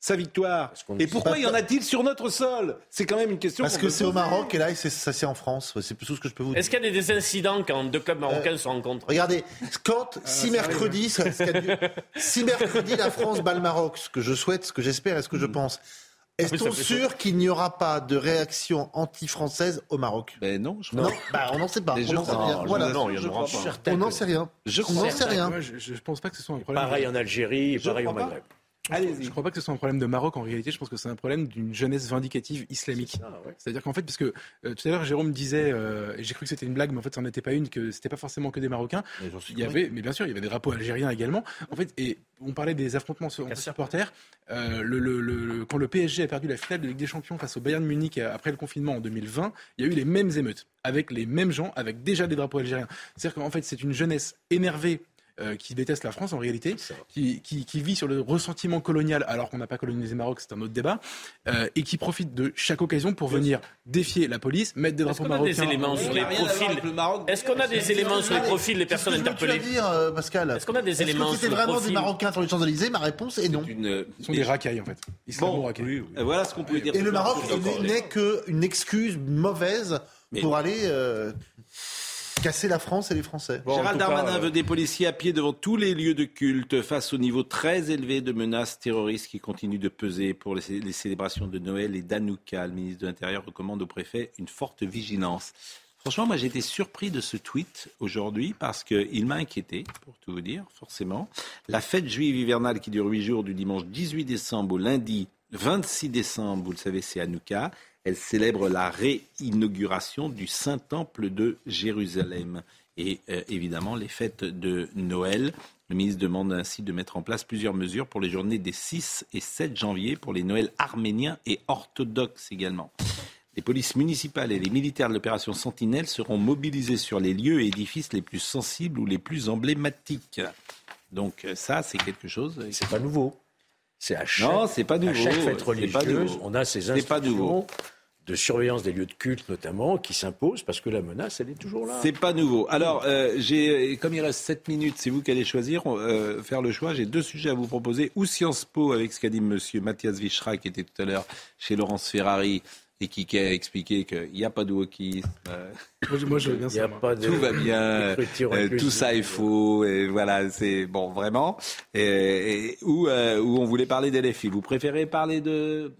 S2: sa victoire
S3: ne
S2: Et
S3: sait
S2: pourquoi
S3: pas-
S2: y en a-t-il sur notre sol C'est quand même une question.
S3: Parce
S2: qu'on
S3: que
S2: peut
S3: c'est au
S2: poser.
S3: Maroc et là, et c'est- ça c'est en France. C'est tout ce que je peux vous dire.
S4: Est-ce qu'il y a des incidents quand deux clubs marocains se rencontrent
S3: Euh, Regardez, quand, si mercredi, ça- ce qu'a dû- si mercredi la France bat le Maroc, ce que je souhaite, ce que j'espère et ce que je pense,
S4: plus, ça
S3: est-on
S4: fait
S3: sûr qu'il n'y aura pas de réaction anti-française au Maroc
S2: Ben non, je
S3: Non, bah, on n'en sait pas.
S2: Mais
S3: On
S2: je
S3: n'en sait
S2: crois
S3: rien.
S2: pas.
S3: Voilà.
S2: Je vous assure, je crois pas.
S3: On n'en sait rien.
S2: Je
S3: On n'en sait rien.
S5: Moi, je, je pense pas que ce soit un problème.
S7: Pareil en Algérie, et
S5: Je
S7: pareil au
S5: crois pas.
S7: Maghreb.
S2: Allez-y.
S5: Je crois pas que ce soit un problème de Maroc en réalité, je pense que c'est un problème d'une jeunesse vindicative islamique. C'est-à-dire qu'en fait, parce que euh, tout à l'heure Jérôme disait, euh, et j'ai cru que c'était une blague, mais en fait ça n'en était pas une, que c'était pas forcément que des Marocains. Il y avait, mais bien sûr, il y avait des drapeaux algériens également. En fait, et on parlait des affrontements entre supporters. Euh, le, le- le- le- quand le PSG a perdu la finale de Ligue des Champions face au Bayern de Munich euh, après le confinement en 2020, il y a eu les mêmes émeutes, avec les mêmes gens, avec déjà des drapeaux algériens. C'est-à-dire qu'en fait, c'est une jeunesse énervée euh, qui déteste la France en réalité, qui, qui- qui vit sur le ressentiment colonial alors qu'on n'a pas colonisé Maroc, c'est un autre débat, euh, et qui profite de chaque occasion pour venir défier la police, mettre des
S4: Est-ce
S5: drapeaux
S4: qu'on a
S5: marocains.
S4: des éléments sur les profils Est-ce qu'on a des éléments sur les profils des personnes
S3: C'est ce que je voulais
S4: interpellées
S3: te dire, euh, Pascal.
S4: Est-ce qu'on a des
S3: Est-ce que
S4: éléments
S3: C'était
S4: sur le
S3: vraiment des
S4: profil
S3: Marocains sur les Champs-Élysées Ma réponse est non.
S2: Une-
S5: Ce sont des racailles en fait. Islamo-racailles.
S2: Et Voilà ce qu'on peut dire.
S3: Et le
S2: sur
S3: Maroc
S2: sur
S3: n'est- n'est qu'une excuse mauvaise pour aller euh, casser la France et les Français.
S2: Gérald Darmanin
S3: euh,
S2: veut des policiers à pied devant tous les lieux de culte face au niveau très élevé de menaces terroristes qui continuent de peser pour les, cé- les célébrations de Noël et d'Anouka. Le ministre de l'Intérieur recommande au préfet une forte vigilance. Franchement, moi j'ai été surpris de ce tweet aujourd'hui parce qu'il m'a inquiété, pour tout vous dire, forcément. La fête juive hivernale qui dure huit jours du dimanche 18 décembre au lundi 26 décembre, vous le savez, c'est Hanouka. Elle célèbre la réinauguration du Saint-Temple de Jérusalem et euh, évidemment les fêtes de Noël. Le ministre demande ainsi de mettre en place plusieurs mesures pour les journées des 6 et 7 janvier pour les Noëls arméniens et orthodoxes également. Les polices municipales et les militaires de l'opération Sentinelle seront mobilisés sur les lieux et édifices les plus sensibles ou les plus emblématiques. Donc euh, ça, c'est quelque chose. euh, C'est
S7: pas nouveau. C'est à chaque,
S2: Non, c'est pas nouveau.
S7: à chaque fête
S2: C'est pas
S7: religieuse,
S2: nouveau.
S7: on a ces
S2: C'est pas nouveau.
S7: institutions de surveillance des lieux de culte notamment qui s'imposent parce que la menace, elle est toujours là.
S2: C'est pas nouveau. Alors, euh, j'ai, euh, comme il reste 7 minutes, c'est vous qui allez choisir, euh, faire le choix. J'ai deux sujets à vous proposer. Ou Sciences Po, avec ce qu'a dit monsieur Mathias Vichra, qui était tout à l'heure chez Laurence Ferrari, et qui, qui a expliqué qu'il n'y a pas de wokisme, euh,
S5: Moi, je- moi, je veux
S2: (laughs)
S5: bien
S7: Il n'y
S5: ça.
S7: a
S5: moi.
S7: pas de
S2: tout va bien, euh,
S7: d'écriture
S2: euh, tout
S7: inclusive.
S2: ça est faux, et voilà, c'est bon, vraiment. Et, et où, euh, où on voulait parler d'LFI. Vous préférez parler de.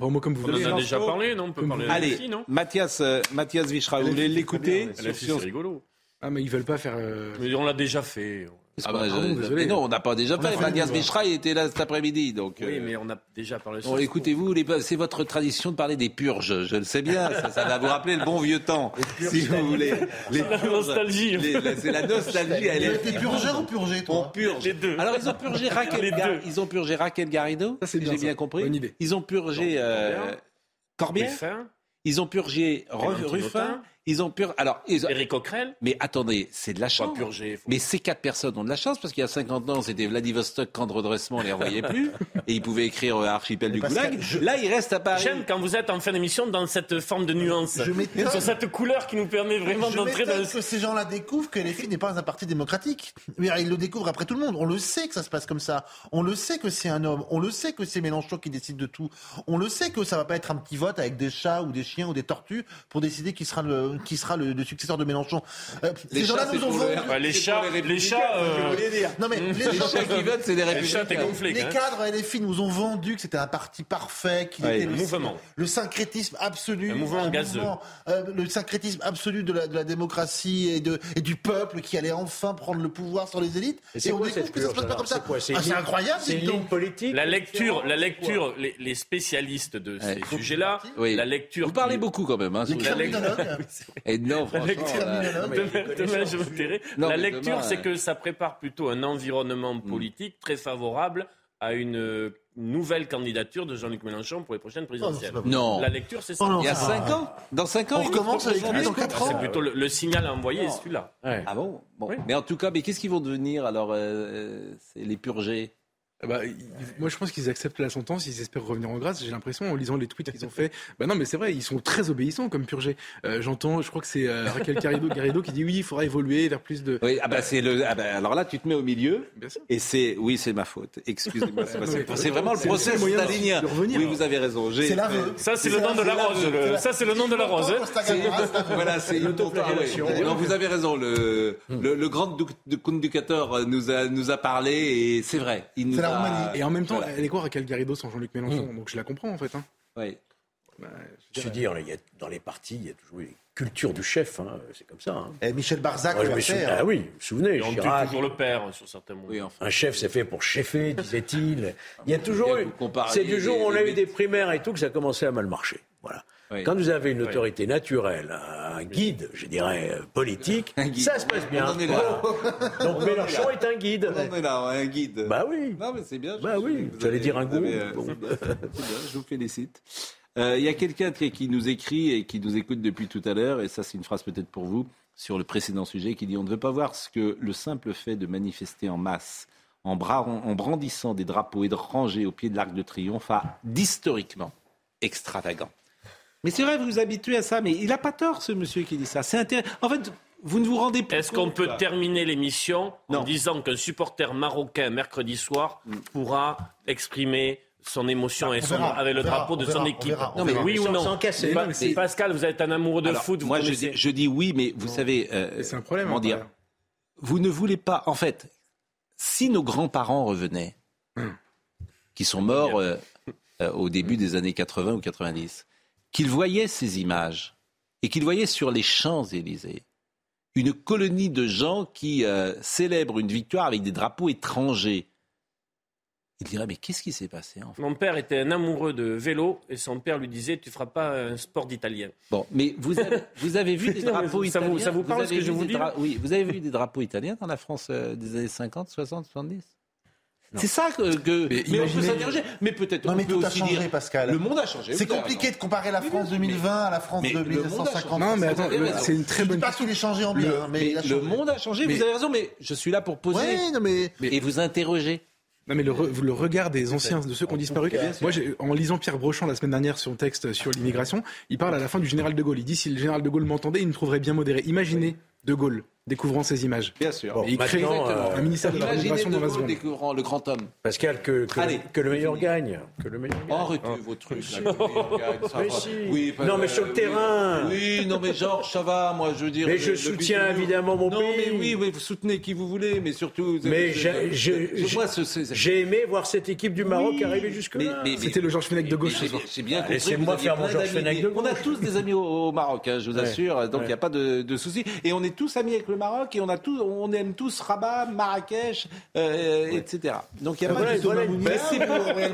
S5: Vraiment comme vous
S2: de
S5: voulez.
S4: On en a
S2: Sciences
S4: déjà
S2: Po
S4: parlé, non On peut parler
S2: Allez,
S4: LFI, non
S2: Mathias, euh, Mathias Vichra, vous voulez l'écouter
S4: LFI,
S2: sur
S4: c'est
S2: Sciences
S4: rigolo.
S5: Ah, mais ils veulent pas faire. euh,
S4: Mais on l'a déjà fait.
S2: Ah bah,
S5: Pardon,
S2: je-
S5: désolé.
S2: mais non, on n'a pas déjà
S5: On a
S2: fait.
S5: fait
S2: Mathias
S5: une fois.
S2: Bichra, il était là cet après-midi. Donc, euh,
S4: Oui, mais on a déjà parlé
S2: bon,
S4: sur
S2: écoutez-vous, les- c'est votre tradition de parler des purges. Je le sais bien. Ça, ça va vous rappeler le bon vieux temps, euh, si vous voulez. Les
S4: la
S2: purges,
S4: nostalgie.
S2: les-
S3: (laughs)
S2: la- C'est la nostalgie. Elle
S3: T'es
S2: est...
S3: t'es purgeur ou purgé,
S2: On
S3: toi
S2: purge.
S4: Les deux.
S2: Alors, ils
S3: (laughs)
S2: ont purgé Raquel,
S4: Les
S2: Gar-
S4: deux.
S2: ils ont purgé Raquel Garrido.
S5: Ça, c'est
S2: si
S5: bien
S2: J'ai
S5: ça.
S2: bien compris.
S5: Bonne idée.
S2: Ils ont purgé euh, Corbière.
S4: Ruffin,
S2: Ils ont purgé
S4: Clémentine
S2: Ruffin.
S4: Autain.
S2: Ils ont purgé. Alors, ils ont-
S4: Eric Coquerel.
S2: mais attendez, c'est de la chance.
S4: Pas purgé. faut-
S2: Mais ces quatre personnes ont de la chance parce qu'il y a 50 ans, c'était Vladivostok quand de redressement, on les revoyait plus et ils pouvaient écrire euh, Archipel du
S3: Pascal,
S2: Goulag. Là, ils restent à Paris.
S4: J'aime quand vous êtes en fin d'émission dans cette forme de nuance.
S3: Je m'étonne.
S4: Sur cette couleur qui nous permet vraiment
S3: Je
S4: d'entrer dans
S3: m'étonne
S4: le
S3: que ces gens-là découvrent que LFI n'est pas un parti démocratique. Mais ah, ils le découvrent après tout le monde. On le sait que ça se passe comme ça. On le sait que c'est un homme. On le sait que c'est Mélenchon qui décide de tout. On le sait que ça va pas être un petit vote avec des chats ou des chiens ou des tortues pour décider qui sera le, qui sera le, le successeur de Mélenchon. Euh,
S2: Les
S3: ces gens-là
S2: chats,
S3: nous
S2: c'est
S3: ont
S2: pour
S3: vendu.
S2: le RPR.
S4: Ouais, les
S2: C'est
S4: chats,
S2: pour
S4: les
S2: républicains,
S4: chats,
S2: c'est ce que
S4: euh,
S2: je voulais dire.
S3: Non, mais les
S2: Les
S3: gens.
S2: chats qui votent, c'est
S4: Le
S2: les
S4: chat est
S2: républicains.
S4: gonflé.
S3: Les
S4: hein.
S3: cadres à LFI nous ont vendu que c'était un parti parfait, qu'il
S2: Ouais,
S3: était
S2: un
S3: le,
S4: mouvement.
S3: le syncrétisme absolu,
S4: Un mouvement gazeux.
S3: euh, le syncrétisme absolu de la, de la démocratie et, de, et du peuple qui allait enfin prendre le pouvoir sur les élites.
S7: Et
S3: Et,
S7: c'est
S3: on
S7: quoi
S3: découvre
S7: cette
S3: que ça se passe
S7: purge,
S3: pas comme
S7: alors
S3: ça.
S7: C'est quoi, c'est
S3: Ah, c'est
S7: une-
S3: incroyable,
S7: C'est
S3: dites
S7: une
S3: donc.
S7: ligne politique.
S4: La lecture, la
S7: différente, quoi.
S4: lecture, les, les spécialistes de
S2: Ouais.
S4: ces sujets-là,
S2: Oui.
S4: la lecture.
S2: Vous parlez
S4: qui-
S2: beaucoup quand même. hein,
S3: Les
S2: sous-
S4: La lecture-
S3: criminologues,
S4: (laughs)
S2: (laughs) Et non,
S4: La
S2: franchement,
S4: lecture,
S2: là,
S4: Demain- demain, je vous dirai.
S2: Non,
S4: La
S2: mais
S4: lecture,
S2: demain, Mm.
S4: c'est
S2: euh,
S4: que ça prépare plutôt un environnement politique très favorable à une euh, nouvelle candidature de Jean-Luc Mélenchon pour les prochaines présidentielles.
S2: pas vrai. Non.
S4: La lecture, c'est ça.
S2: il y a 5 ans Dans 5 ans,
S4: On
S2: il nous
S4: recommence
S2: propose
S4: avec
S2: un
S4: lui dans
S2: discours.
S4: quatre ans. C'est plutôt le- le signal à envoyer,
S2: Non.
S4: c'est celui-là.
S2: Ah bon, Bon. Mais en tout cas, mais qu'est-ce qu'ils vont devenir alors euh, euh, c'est Les purgés
S5: Ah bah, ils- moi, je pense qu'ils acceptent la sentence, ils espèrent revenir en grâce. J'ai l'impression, en lisant les tweets qu'ils ont
S2: (laughs)
S5: fait, bah non, mais c'est vrai, ils sont très obéissants comme purgé. Euh, J'entends, je crois que c'est euh, Raquel Garrido, Garrido qui dit oui, il faudra évoluer vers plus de.
S2: Oui, ah bah, c'est le. ah bah, alors là, tu te mets au milieu. Et c'est. Oui, c'est ma faute. Excusez-moi. c'est
S5: Ah,
S2: pas-
S5: non,
S2: c'est-
S5: mais-
S2: C'est vraiment le
S5: c'est le
S2: procès
S5: moyen de-
S2: stalinien.
S5: de revenir.
S2: Oui, vous avez raison. j'ai-
S3: C'est l'aveu.
S4: Ça, c'est
S3: C'est
S4: le nom de la
S3: l'aveu,
S4: rose.
S3: c'est
S4: le-
S3: l'aveu.
S4: Ça, c'est le nom de la rose.
S2: C'est- voilà, c'est une
S3: L'autoflagellation.
S2: autre- ah ouais. Non, vous avez raison. Le, le, le grand duc- de- conducteur nous a, nous a parlé et c'est vrai. Il nous
S3: C'est la
S2: a- Hmm.
S3: Roumanie.
S5: Et en même temps,
S2: Voilà.
S5: elle est quoi Raquel Garrido sans Jean-Luc Mélenchon Donc je la comprends en fait. hein.
S2: Oui.
S5: Bah, je
S7: Je
S5: veux
S7: suis
S5: dire,
S7: dit, il y a- dans les partis, il y a toujours une culture du chef, hein, c'est comme ça. hein.
S2: Eh,
S3: Et Michel Barzac,
S7: Moi, je
S3: le
S7: me
S3: fait,
S7: souviens-
S3: hein.
S7: ah oui, vous vous souvenez,
S4: Et on tue
S7: Chirac,
S4: toujours le père sur certains moments.
S2: Oui, enfin.
S7: Un chef, c'est fait pour cheffer, disait-il. Il y a toujours
S2: Bien,
S7: eu.
S2: vous comparez
S7: C'est du jour où on
S2: les-
S7: a
S2: les-
S7: eu des primaires et tout que ça commençait à mal marcher. Voilà.
S2: Oui.
S7: Quand vous avez une autorité naturelle, un guide, je dirais, euh, politique,
S2: Un guide.
S7: ça se passe bien.
S2: On en est là. (laughs)
S7: Voilà. Donc Mélenchon est un guide.
S2: Non, mais là, un guide.
S7: Bah oui.
S2: Non, mais c'est bien.
S7: Bah
S2: je-
S7: oui,
S2: vous
S7: j'allais
S2: avez-
S7: dire un
S2: vous avez,
S7: gourou.
S2: euh,
S7: Bon.
S2: c'est bien, (laughs) c'est bien, je vous félicite. Euh, Il y a quelqu'un qui qui nous écrit et qui nous écoute depuis tout à l'heure, et ça c'est une phrase peut-être pour vous, sur le précédent sujet, qui dit On ne veut pas voir ce que le simple fait de manifester en masse, en, bra- en brandissant des drapeaux étrangers au pied de l'Arc de Triomphe, a d'historiquement extravagant. Mais c'est vrai, vous vous habituez à ça, mais il n'a pas tort ce monsieur qui dit ça. C'est intéressant. En fait, vous ne vous rendez pas
S4: Est-ce qu'on
S2: compte,
S4: peut
S2: là.
S4: terminer l'émission en
S2: Non.
S4: disant qu'un supporter marocain mercredi soir pourra exprimer son
S2: Bah,
S4: émotion et son,
S3: verra,
S4: avec le
S3: on verra,
S4: drapeau de
S3: on verra,
S4: son
S3: on
S4: équipe
S3: verra, on
S4: Non, mais
S3: verra.
S4: Oui ou
S7: Sans-
S4: non
S7: sans casser.
S4: Pa-
S7: Mais
S2: c'est-
S4: Pascal, vous êtes un amoureux de
S2: Alors,
S4: foot. vous
S2: moi, je
S4: connaissez.
S2: dis, je dis oui, mais vous savez, euh,
S5: et c'est un problème.
S2: comment
S5: hein,
S2: dire,
S5: par
S2: vous ne voulez pas. En fait, si nos grands-parents revenaient,
S5: Hmm.
S2: qui sont morts euh, euh, au début des années 80 ou 90, qu'ils voyaient ces images et qu'ils voyaient sur les Champs-Élysées une colonie de gens qui euh, célèbrent une victoire avec des drapeaux étrangers, ils diraient mais qu'est-ce qui s'est passé en fait
S4: Mon père était un amoureux de vélo et son père lui disait Tu feras pas un sport d'italien.
S2: Bon, mais vous avez, vous avez vu des
S4: (laughs) Non, mais
S2: drapeaux
S4: ça vous-
S2: italiens
S4: ça vous parle,
S2: avez
S4: ce que
S2: vu
S4: je vous
S2: des
S4: dis, là
S2: Oui, vous avez vu des drapeaux italiens dans la France euh, des années 50, 60, 70 C'est ça que. que- mais on peut
S5: imaginez-
S2: s'interroger. Mais peut-être.
S3: Non,
S2: on
S3: mais
S2: peut
S3: tout a
S2: aussi
S3: changé,
S2: dire-
S3: Pascal.
S2: Le monde a changé.
S3: C'est
S2: vous avez
S3: compliqué
S2: raison.
S3: de comparer la
S2: Mais
S3: France de
S2: oui,
S3: 2020 à la France
S2: mais
S3: de
S2: le monde a
S5: exemple.
S3: 1950.
S5: Non, mais attends,
S2: Vous avez
S5: le-
S2: raison.
S5: c'est une très
S3: Je dis
S5: bonne.
S3: pas qu'il ait changé en bien,
S2: Le,
S3: hein, mais, il a
S2: mais
S3: changé.
S2: le monde a changé,
S5: Mais-
S2: vous avez raison, mais je suis là pour poser
S3: Ouais, non, mais
S2: et vous interroger.
S5: Non, mais le, re- le regard des anciens, de ceux qui ont disparu. Moi, j'ai- en lisant Pierre Brochant la semaine dernière son texte sur l'immigration, il parle à la fin du général de Gaulle. Il dit si le général de Gaulle m'entendait, il me trouverait bien modéré. Imaginez de Gaulle découvrant ces images.
S2: Bien sûr.
S7: Bon,
S5: Et il crée
S7: maintenant, euh,
S5: un ministère de la
S2: Imaginez
S5: Migration
S2: de
S5: dans la
S2: Gaulle
S5: seconde.
S2: découvrant le grand homme.
S7: Pascal, que, que,
S2: Allez.
S7: que le meilleur gagne. Que le meilleur gagne. Ah.
S2: Arrêtez vos trucs. là, que les gars, ça
S7: Mais
S2: va.
S7: si.
S2: Oui, pas-
S7: Non, mais sur le
S2: oui.
S7: terrain.
S2: Oui, non, mais genre, ça va, moi, je veux dire.
S7: Mais
S2: le-
S7: je
S2: le
S7: soutiens
S2: bisounours.
S7: évidemment mon
S2: Non, mais
S7: pays.
S2: oui, oui, vous soutenez qui vous voulez, mais surtout. vous
S7: Oh, Mais
S2: avez-
S7: j'ai- j'ai-
S2: Je- moi, ce- c'est-
S7: J'ai aimé voir cette équipe du Maroc arriver jusque-là.
S2: Mais- mais-
S5: C'était le Georges Fenech de gauche. ce
S2: Mais
S5: soir.
S2: j'ai- J'ai bien
S7: Ah,
S2: compris.
S7: laissez-moi
S2: vous aviez
S7: faire mon
S2: plein
S7: Georges
S2: d'amis,
S7: Fenech
S2: mais
S7: de gauche.
S2: On a tous des amis au, au Maroc, hein, je vous
S7: Ouais,
S2: assure. Donc il
S7: ouais.
S2: n'y a pas de, de souci. Et on est tous amis avec le Maroc et on a tous, on aime tous Rabat, Marrakech, euh, etc. Donc il n'y a pas
S7: Voilà,
S2: de
S7: voilà une belle,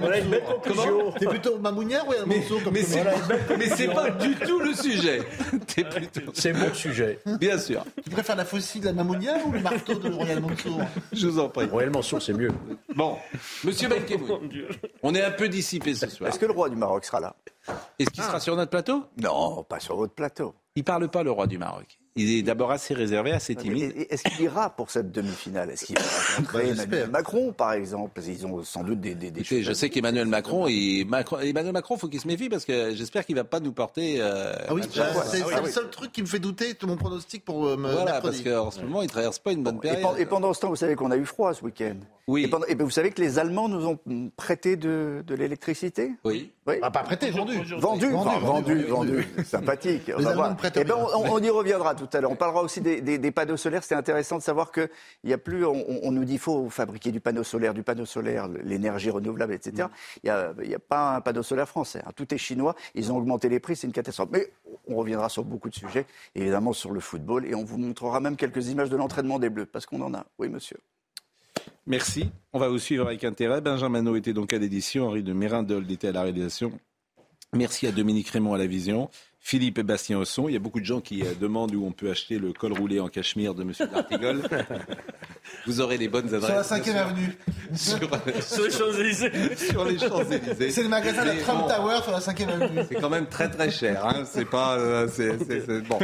S7: voilà une belle conclusion.
S3: T'es plutôt Mamounière ou Yann
S2: mais,
S3: Mansour comme
S2: mais
S3: ça
S2: c'est
S3: Voilà.
S2: pas, mais c'est pas du tout le sujet. T'es plutôt-
S7: C'est mon sujet.
S2: Bien sûr,
S3: Tu préfères la faucille de la Mamounière ou le marteau de Royal Mansour
S2: je vous en prie.
S7: Royal sourd, c'est mieux.
S2: Bon, Monsieur Benkemoun, on est un peu dissipé ce soir.
S15: Est-ce que le roi du Maroc sera là Ah.
S2: Est-ce qu'il sera sur notre plateau
S15: Non, pas sur votre plateau.
S2: Il parle pas le roi du Maroc. Il est d'abord assez réservé, assez timide.
S15: Et- et- Est-ce qu'il ira pour cette demi-finale Est-ce
S3: (laughs)
S15: qu'il va
S3: Bah,
S15: rencontrer Emmanuel Macron, par exemple Parce qu'ils ont sans doute des. des, des
S2: Écoutez, je sais qu'Emmanuel Macron, il- Macron- Emmanuel Macron, faut qu'il se méfie parce que j'espère qu'il va pas nous porter. euh,
S3: Ah oui,
S2: un
S3: c'est
S2: jazz.
S3: c'est
S15: Ah oui.
S3: le seul truc qui me fait douter de mon pronostic pour euh, me-
S2: Voilà, parce
S3: mercredi.
S2: qu'en ce moment, il traverse pas une bonne
S15: Et,
S2: période.
S15: pen- et pendant ce temps, vous savez qu'on a eu froid ce week-end.
S2: Oui.
S15: Et, pendant- et ben, vous savez que les Allemands nous ont mm, prêté de, de l'électricité
S2: Oui.
S15: Oui.
S3: Ah, pas prêté, vendu.
S15: Vendu,
S3: Vendu,
S15: enfin,
S3: vendu,
S15: vendu, vendu, (laughs) sympathique. On
S3: Les
S15: va
S3: Allemands
S15: voir.
S3: ne prêtent
S15: Eh ben,
S3: rien.
S15: on, on y reviendra tout à l'heure. On parlera aussi des, des- des panneaux solaires. C'est intéressant de savoir que il y a plus. On, on nous dit faut fabriquer du panneau solaire, du panneau solaire, l'énergie renouvelable,
S3: Mm.
S15: etc. Il n'y a, il y a pas un panneau solaire français. hein. Tout est chinois. Ils ont augmenté les prix. C'est une catastrophe. Mais on reviendra sur beaucoup de sujets, évidemment sur le football, et on vous montrera même quelques images de l'entraînement des Bleus, parce qu'on en a. Oui, monsieur.
S2: Merci. On va vous suivre avec intérêt. Benjamin Manot était donc à l'édition, Henri de Mérindol était à la réalisation. Merci à Dominique Raymond à la vision. Philippe et Bastien au son. Il y a beaucoup de gens qui euh, demandent où on peut acheter le col roulé en cachemire de M.
S3: (laughs)
S2: D'Artigol. Vous aurez les bonnes adresses.
S3: Sur la 5 avenue.
S2: Sur,
S4: Sur les Champs-Élysées.
S2: Sur les Champs-Élysées.
S3: C'est le magasin de
S2: Mais
S3: Trump
S2: bon.
S3: Tower sur la 5 avenue.
S2: C'est quand même très très cher. hein. C'est pas. euh, c'est- c'est- c'est- bon.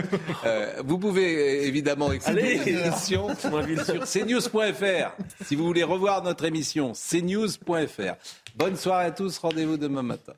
S2: Euh, vous pouvez euh, évidemment écouter
S4: Allez.
S2: l'émission sur cnews.fr. Si vous voulez revoir notre émission, cnews.fr. Bonne soirée à tous. Rendez-vous demain matin.